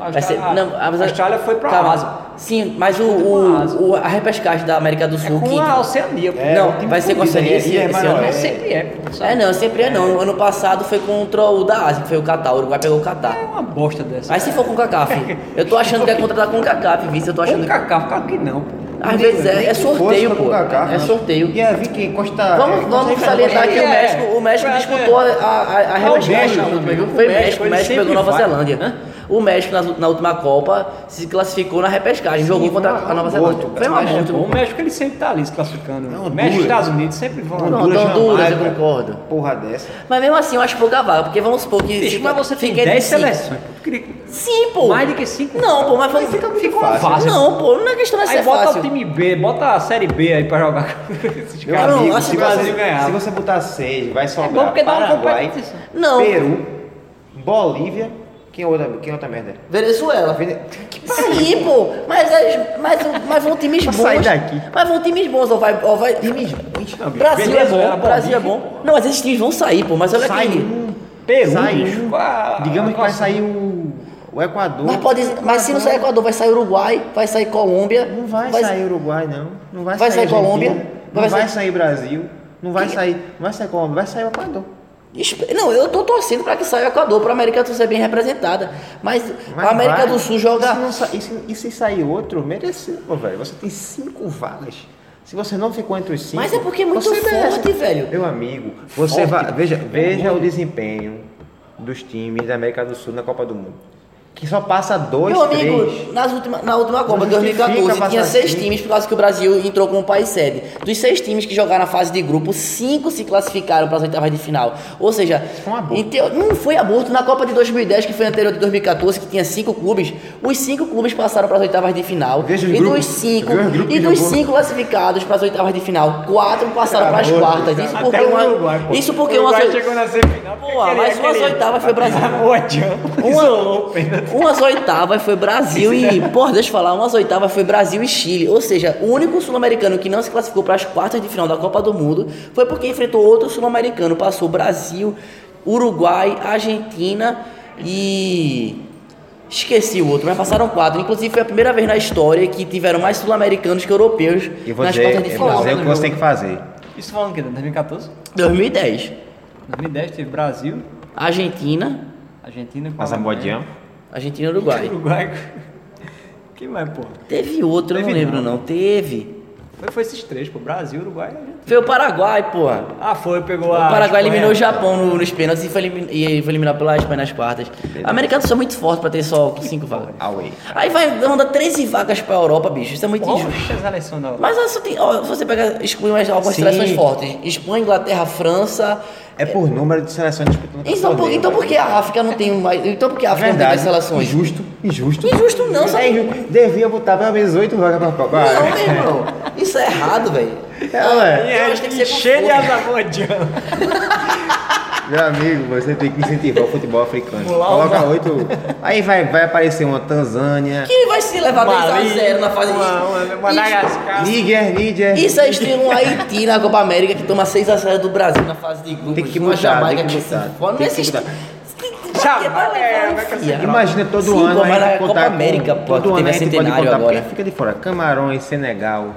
S3: A
S2: Vai ser-
S3: Austrália,
S2: não,
S3: a Austrália foi pra
S2: Calma.
S3: Ásia.
S2: Sim, mas o,
S3: pra
S2: o,
S3: Ásia.
S2: o- a repescagem da América do
S3: É
S2: Sul. que-
S3: com a Oceania. pô.
S1: É,
S2: não,
S1: o time
S2: vai ser com a
S1: fudido, né?
S2: Oceania esse,
S1: E é
S2: esse
S1: maior,
S2: ano.
S1: é-
S3: Sempre é. pô, sabe?
S2: É, não, sempre é não. Ano passado foi contra o da Ásia, que foi o Catar. O Uruguai pegou o Catar.
S3: É uma bosta dessa.
S2: Aí se for com o Cacaf, eu tô achando que é contratar com o Cacaf, vice, eu tô
S3: Com
S2: achando
S3: o Cacá, claro que não. pô.
S2: que... Às vezes é, é sorteio, pô. É sorteio.
S1: Ia vir que Costa.
S2: Vamos, vamos salientar que o
S3: É.
S2: México, o México
S3: É.
S2: disputou a, a, a
S4: México,
S2: revanche na última, viu?
S4: amigo.
S2: Foi
S4: O
S2: o México,
S4: México,
S2: o
S4: ele
S2: México
S4: sempre
S2: pegou Nova
S4: vai.
S2: Zelândia. O México, na, na última Copa, se classificou na repescagem, jogou contra a Nova Zelândia. Foi um
S3: Mas é bom,
S2: aborto.
S3: o México ele sempre tá ali se classificando.
S1: É
S3: né?
S1: uma
S3: México e
S1: dura.
S3: Estados Unidos sempre vão.
S1: Uma
S3: ali.
S2: Não,
S1: Honduras,
S2: Honduras, então eu
S1: Jamaica.
S2: concordo.
S1: Porra dessa.
S2: Mas mesmo assim, eu acho pouca vaga, porque vamos supor que...
S3: Bicho,
S2: se-
S3: mas você tem
S2: fica entre
S3: 10
S2: cinco.
S3: seleções. pô. Tu queria que-
S2: Sim, pô.
S3: Mais do que cinco?
S2: Não, pô, mas vamos... Fica,
S1: muito
S2: uma
S1: fácil.
S2: fase. Não, pô, não é questão de
S3: Aí
S2: ser
S3: bota
S2: fácil.
S3: o time B, bota a série B aí pra jogar com esses
S1: Meu
S2: Cara,
S3: caras.
S2: não,
S1: amigo,
S2: acho
S1: se
S2: que o
S1: você,
S3: Brasil ganhava.
S1: se você botar seis, vai sobrar
S2: É
S3: bom porque dá uma
S1: Paraguai,
S3: competição.
S2: Não.
S1: Peru, Bolívia, quem é outra, quem é outra merda?
S2: Venezuela.
S1: Vene-
S2: Sim, pô, mas, as- mas, mas vão times
S1: Pra
S2: bons.
S1: sair daqui.
S2: Mas vão times bons, ou vai. Ou vai
S1: Times ruins, não, bicho.
S2: Brasil é
S3: Venezuela,
S2: bom, Brasil é
S3: Bolívia.
S2: bom. Não, mas esses times vão sair, pô, mas olha
S1: Sai
S2: aqui.
S1: um,
S3: Peru,
S1: sai
S3: bicho,
S1: um.
S3: a-
S1: Digamos que vai
S3: a-
S1: sair o, o Equador.
S2: Mas, pode, mas se não sair Equador, vai sair Uruguai, vai sair Colômbia.
S1: Não vai, sair Uruguai, não. Não vai,
S2: Vai sair
S1: Argentina,
S2: Colômbia?
S1: Não vai,
S2: Vai
S1: sair...
S2: sair-
S1: Brasil. Não vai
S2: Que-
S1: sair. Não vai sair Colômbia, vai sair o Equador.
S2: Espe- Não, eu tô torcendo pra que saia o Equador, pra América do Sul ser bem representada. Mas,
S1: Mas
S2: a América
S1: vai.
S2: do Sul
S1: E se,
S2: joga.
S1: não sa- e se- e se sair outro, mereceu, pô, velho. Você tem cinco vagas. Se você não ficou entre os cinco.
S2: Mas é porque é muito
S1: você merece.
S2: forte, velho.
S1: Meu amigo, você
S2: Forte.
S1: vai. Veja, veja o desempenho dos times da América do Sul na Copa do Mundo. Que só passa dois,
S2: Meu amigo,
S1: três.
S2: nas última, na última Copa de
S1: justifica
S2: 2014
S1: passar
S2: tinha seis
S1: assim.
S2: times por causa que o Brasil entrou como país sede. Dos seis times que jogaram na fase de grupo, cinco se classificaram para as oitavas de final. Ou seja,
S1: foi um aborto.
S2: em teo- não foi aborto. Na Copa de 2010, que foi anterior de 2014, que tinha cinco clubes, os cinco clubes passaram para as oitavas de final.
S1: Veja os
S2: e
S1: grupos.
S2: dos cinco,
S1: Veja os grupos
S2: e
S1: que
S2: dos
S1: jogou.
S2: cinco classificados para as oitavas de final, quatro passaram para as
S1: Acabou,
S2: quartas. Isso
S3: Até
S2: porque
S3: o
S2: uma,
S3: Uruguai, pô.
S2: isso porque
S3: o
S2: uma
S3: Uruguai chegou na semifinal. porque
S2: Pô,
S3: queria
S2: mas umas
S3: aquele-
S2: oitavas foi Brasil.
S3: Boa, é Tchan. Isolou o pênalti.
S2: Umas oitavas foi Brasil e. Porra, deixa eu falar, umas oitavas foi Brasil e Chile. Ou seja, o único sul-americano que não se classificou para as quartas de final da Copa do Mundo foi porque enfrentou outro sul-americano. Passou Brasil, Uruguai, Argentina e. Esqueci o outro, mas passaram quatro. Inclusive foi a primeira vez na história que tiveram mais sul-americanos que europeus
S1: E vou
S2: nas
S1: dizer,
S2: quartas de né,
S1: eu vou
S2: final.
S1: dizer o que você tem que fazer.
S3: Isso falando o quê? 2014?
S2: 2010.
S3: 2010 teve Brasil,
S2: Argentina,
S3: Argentina com
S1: Azerbaijão.
S2: Argentina e Uruguai.
S3: Uruguai. Quem mais, pô?
S2: Teve outro, eu não
S3: Teve
S2: lembro
S3: não.
S2: não. Teve.
S3: Foi, foi esses três, pô. Brasil, Uruguai e Argentina.
S2: Foi o Paraguai, porra.
S3: Ah, foi, pegou
S2: O
S3: a.
S2: Paraguai
S3: Espanha.
S2: eliminou o Japão no- nos pênaltis e foi, elimin- e foi eliminado pela Espanha nas quartas. A América do Sul é muito forte pra ter só cinco vagas.
S1: Away.
S2: Aí vai mandar 13 vagas pra Europa, bicho. Isso é muito injusto.
S3: Poxa, as eleições da
S2: Mas ó, só tem, ó, se você pegar, exclui mais algumas
S1: Sim.
S2: seleções fortes. Espanha, Inglaterra, França.
S1: É por número de seleções disputando.
S2: Então por, então por que a África não tem mais. Então por que a África
S1: né? É Verdade.
S2: não tem mais seleções?
S1: Injusto. Injusto.
S2: Injusto não,
S1: É
S2: sabe?
S1: injusto. Devia botar pelo menos oito vagas pra Copa.
S2: Não, meu irmão. Isso é errado, velho.
S1: É, ué.
S2: Eu acho que tem que ser com
S3: Cheio de
S2: força.
S3: Azerbaijão.
S1: Meu amigo, você tem que incentivar o futebol africano.
S3: Pular
S1: Coloca
S3: uma-
S1: oito. Aí vai, vai aparecer uma Tanzânia,
S2: Que vai se levar 10x0
S3: Mali,
S2: na fase
S3: uma- uma- uma
S2: Bicho,
S3: Madagascar.
S1: Níger, Níger.
S2: Isso é estilo um Haiti na Copa América que toma 6 a 0 do Brasil na fase de grupos.
S1: Tem que
S2: uma
S1: mudar,
S2: Jamaica
S1: tem que
S2: se
S1: mudar,
S2: fode.
S1: tem
S2: Não é
S1: que
S2: existe.
S1: mudar.
S2: tipo
S3: Jamaica é, vai conseguir.
S1: Imagina todo ano
S2: mas
S1: a
S2: na
S1: gente
S2: Copa
S1: contar com-
S2: América, pô,
S1: todo
S2: que
S1: ano
S2: teve
S1: a
S2: a
S1: gente pode
S2: centenário
S1: contar,
S2: agora.
S1: porque Fica de fora. Camarões, Senegal,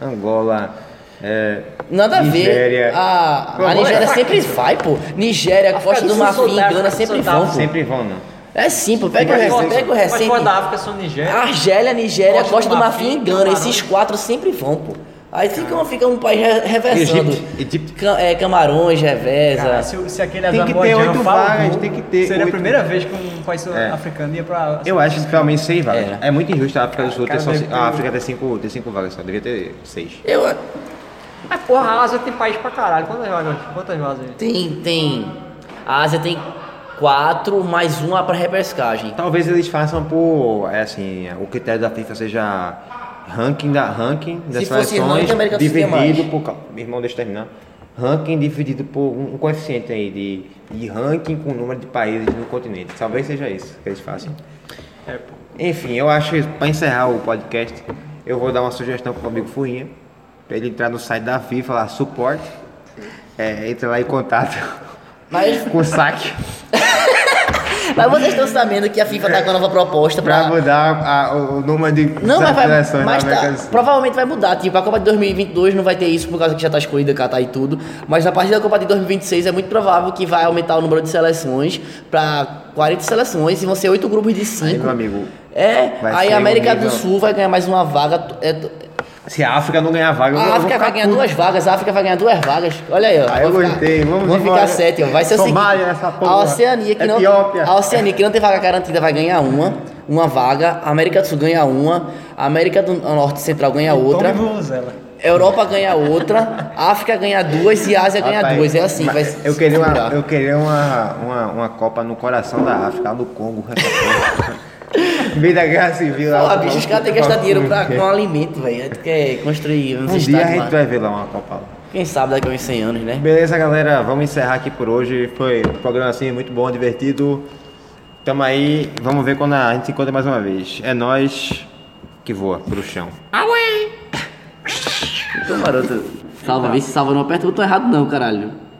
S1: Angola, é,
S2: Nada a
S1: Nigéria.
S2: ver. Ah, A,
S1: Pô,
S2: a
S1: é
S2: Nigéria
S1: fraco.
S2: sempre vai, pô. Nigéria, Costa
S3: do
S2: do
S3: Sul,
S2: Marfim,
S3: Sudáfrica,
S2: Gana sempre
S3: Sudáfrica.
S2: vão, pô.
S1: Sempre vão, não.
S2: É sim, pô. Pega o
S1: Mas
S2: recente.
S1: fora-
S2: Pega o
S3: Mas fora
S2: recente.
S3: da África são Nigéria.
S2: Argélia, Nigéria,
S3: Costa do
S2: Costa do
S3: Marfim,
S2: Marfim e Gana.
S3: Camarões.
S2: Esses quatro sempre vão, pô. Aí fica, um- fica um país re- reversando.
S1: Egito, Egito.
S2: Ca- é, Camarões, reveza.
S3: Cara, se, se aquele
S1: Tem que ter
S3: Azerbaijão
S1: oito
S3: fala
S1: vagas,
S3: gol,
S1: tem que ter
S3: Seria
S1: oito.
S3: a primeira vez que um país
S1: É.
S3: africano ia pra.
S1: Eu acho que pelo menos seis vagas. É, muito injusto a África do Sul ter
S3: Cara,
S1: só.
S3: deve ter-
S1: A África ter cinco, ter cinco vagas só, devia ter seis.
S2: Eu,
S3: Mas porra, a Ásia tem país pra caralho. Quantas vagas? Quantas vagas?
S2: Tem, tem. A Ásia tem quatro, mais uma pra repescagem.
S1: Talvez eles façam por. É assim, o critério da FIFA seja ranking, da, ranking das
S2: Se fosse
S1: seleções
S2: ranking, a América do Sul tinha
S1: dividido
S2: mais.
S1: por. cal- Meu irmão, deixa eu terminar. Ranking dividido por um um coeficiente aí de, de ranking com o número de países no continente. Talvez seja isso que eles façam.
S3: É, pô.
S1: Enfim, eu acho, para encerrar o podcast, eu vou dar uma sugestão pro meu amigo Fuinha, pra ele entrar no site da FIFA lá, suporte. É, entra lá em contato
S2: Mas,
S1: com o saque
S2: mas vocês estão sabendo que a FIFA tá com uma nova proposta
S1: pra
S2: pra.
S1: mudar a- o o número de
S2: Não, mas vai.
S1: seleções né,
S2: Mas
S1: da
S2: tá-
S1: América do Sul.
S2: provavelmente vai mudar. Tipo, a Copa de 2022 não vai ter isso por causa que já tá escolhida Catar e tudo. Mas a partir da Copa de 2026 é muito provável que vai aumentar o número de seleções pra 40 seleções e vão ser oito grupos de
S1: Aí,
S2: cinco.
S1: meu amigo,
S2: É,
S1: Vai
S2: aí
S1: ser
S2: a América
S1: um nível-
S2: do Sul vai ganhar mais uma vaga. t- é, t-
S1: Se a África não ganhar vaga, eu vou-
S2: A
S1: eu
S2: África
S1: vou
S2: vai
S1: ficar
S2: ganhar
S1: puto.
S2: duas vagas, a África vai ganhar duas vagas. Olha aí, ó.
S1: Ah, eu
S2: Vai ficar-
S1: gostei, vamos
S2: Vamos
S1: embora.
S2: ficar sétimo. Vai ser o seguinte.
S1: Somália, essa porra.
S2: A Oceania que não
S1: Etiópia.
S2: A Oceania que não tem vaga garantida vai ganhar uma, uma vaga. A América do Sul ganha uma, a América do Norte e Central ganha outra.
S3: Tome Vuvuzela.
S2: Europa ganha outra, a África ganha duas e a Ásia ganha
S1: Rapaz,
S2: duas. É assim, vai se-
S1: Eu queria,
S2: se virar.
S1: uma, eu queria uma, uma, uma Copa no coração da África, lá no Congo. né? Vida é assim, da guerra civil lá.
S2: Porra, bicho, os caras têm que gastar dinheiro pra, com alimento, velho. Tu quer construir uns
S1: Um dia a
S2: estádios
S1: gente
S2: lá.
S1: vai ver lá uma Copa lá.
S2: Quem sabe daqui a uns 100 anos, né?
S1: Beleza, galera, vamos encerrar aqui por hoje. Foi um programa assim muito bom, divertido. Tamo aí, vamos ver quando a gente se encontra mais uma vez. É nós que voa pro chão.
S2: Então, maroto, salva, vê se salva. Não aperta o botão errado não, caralho.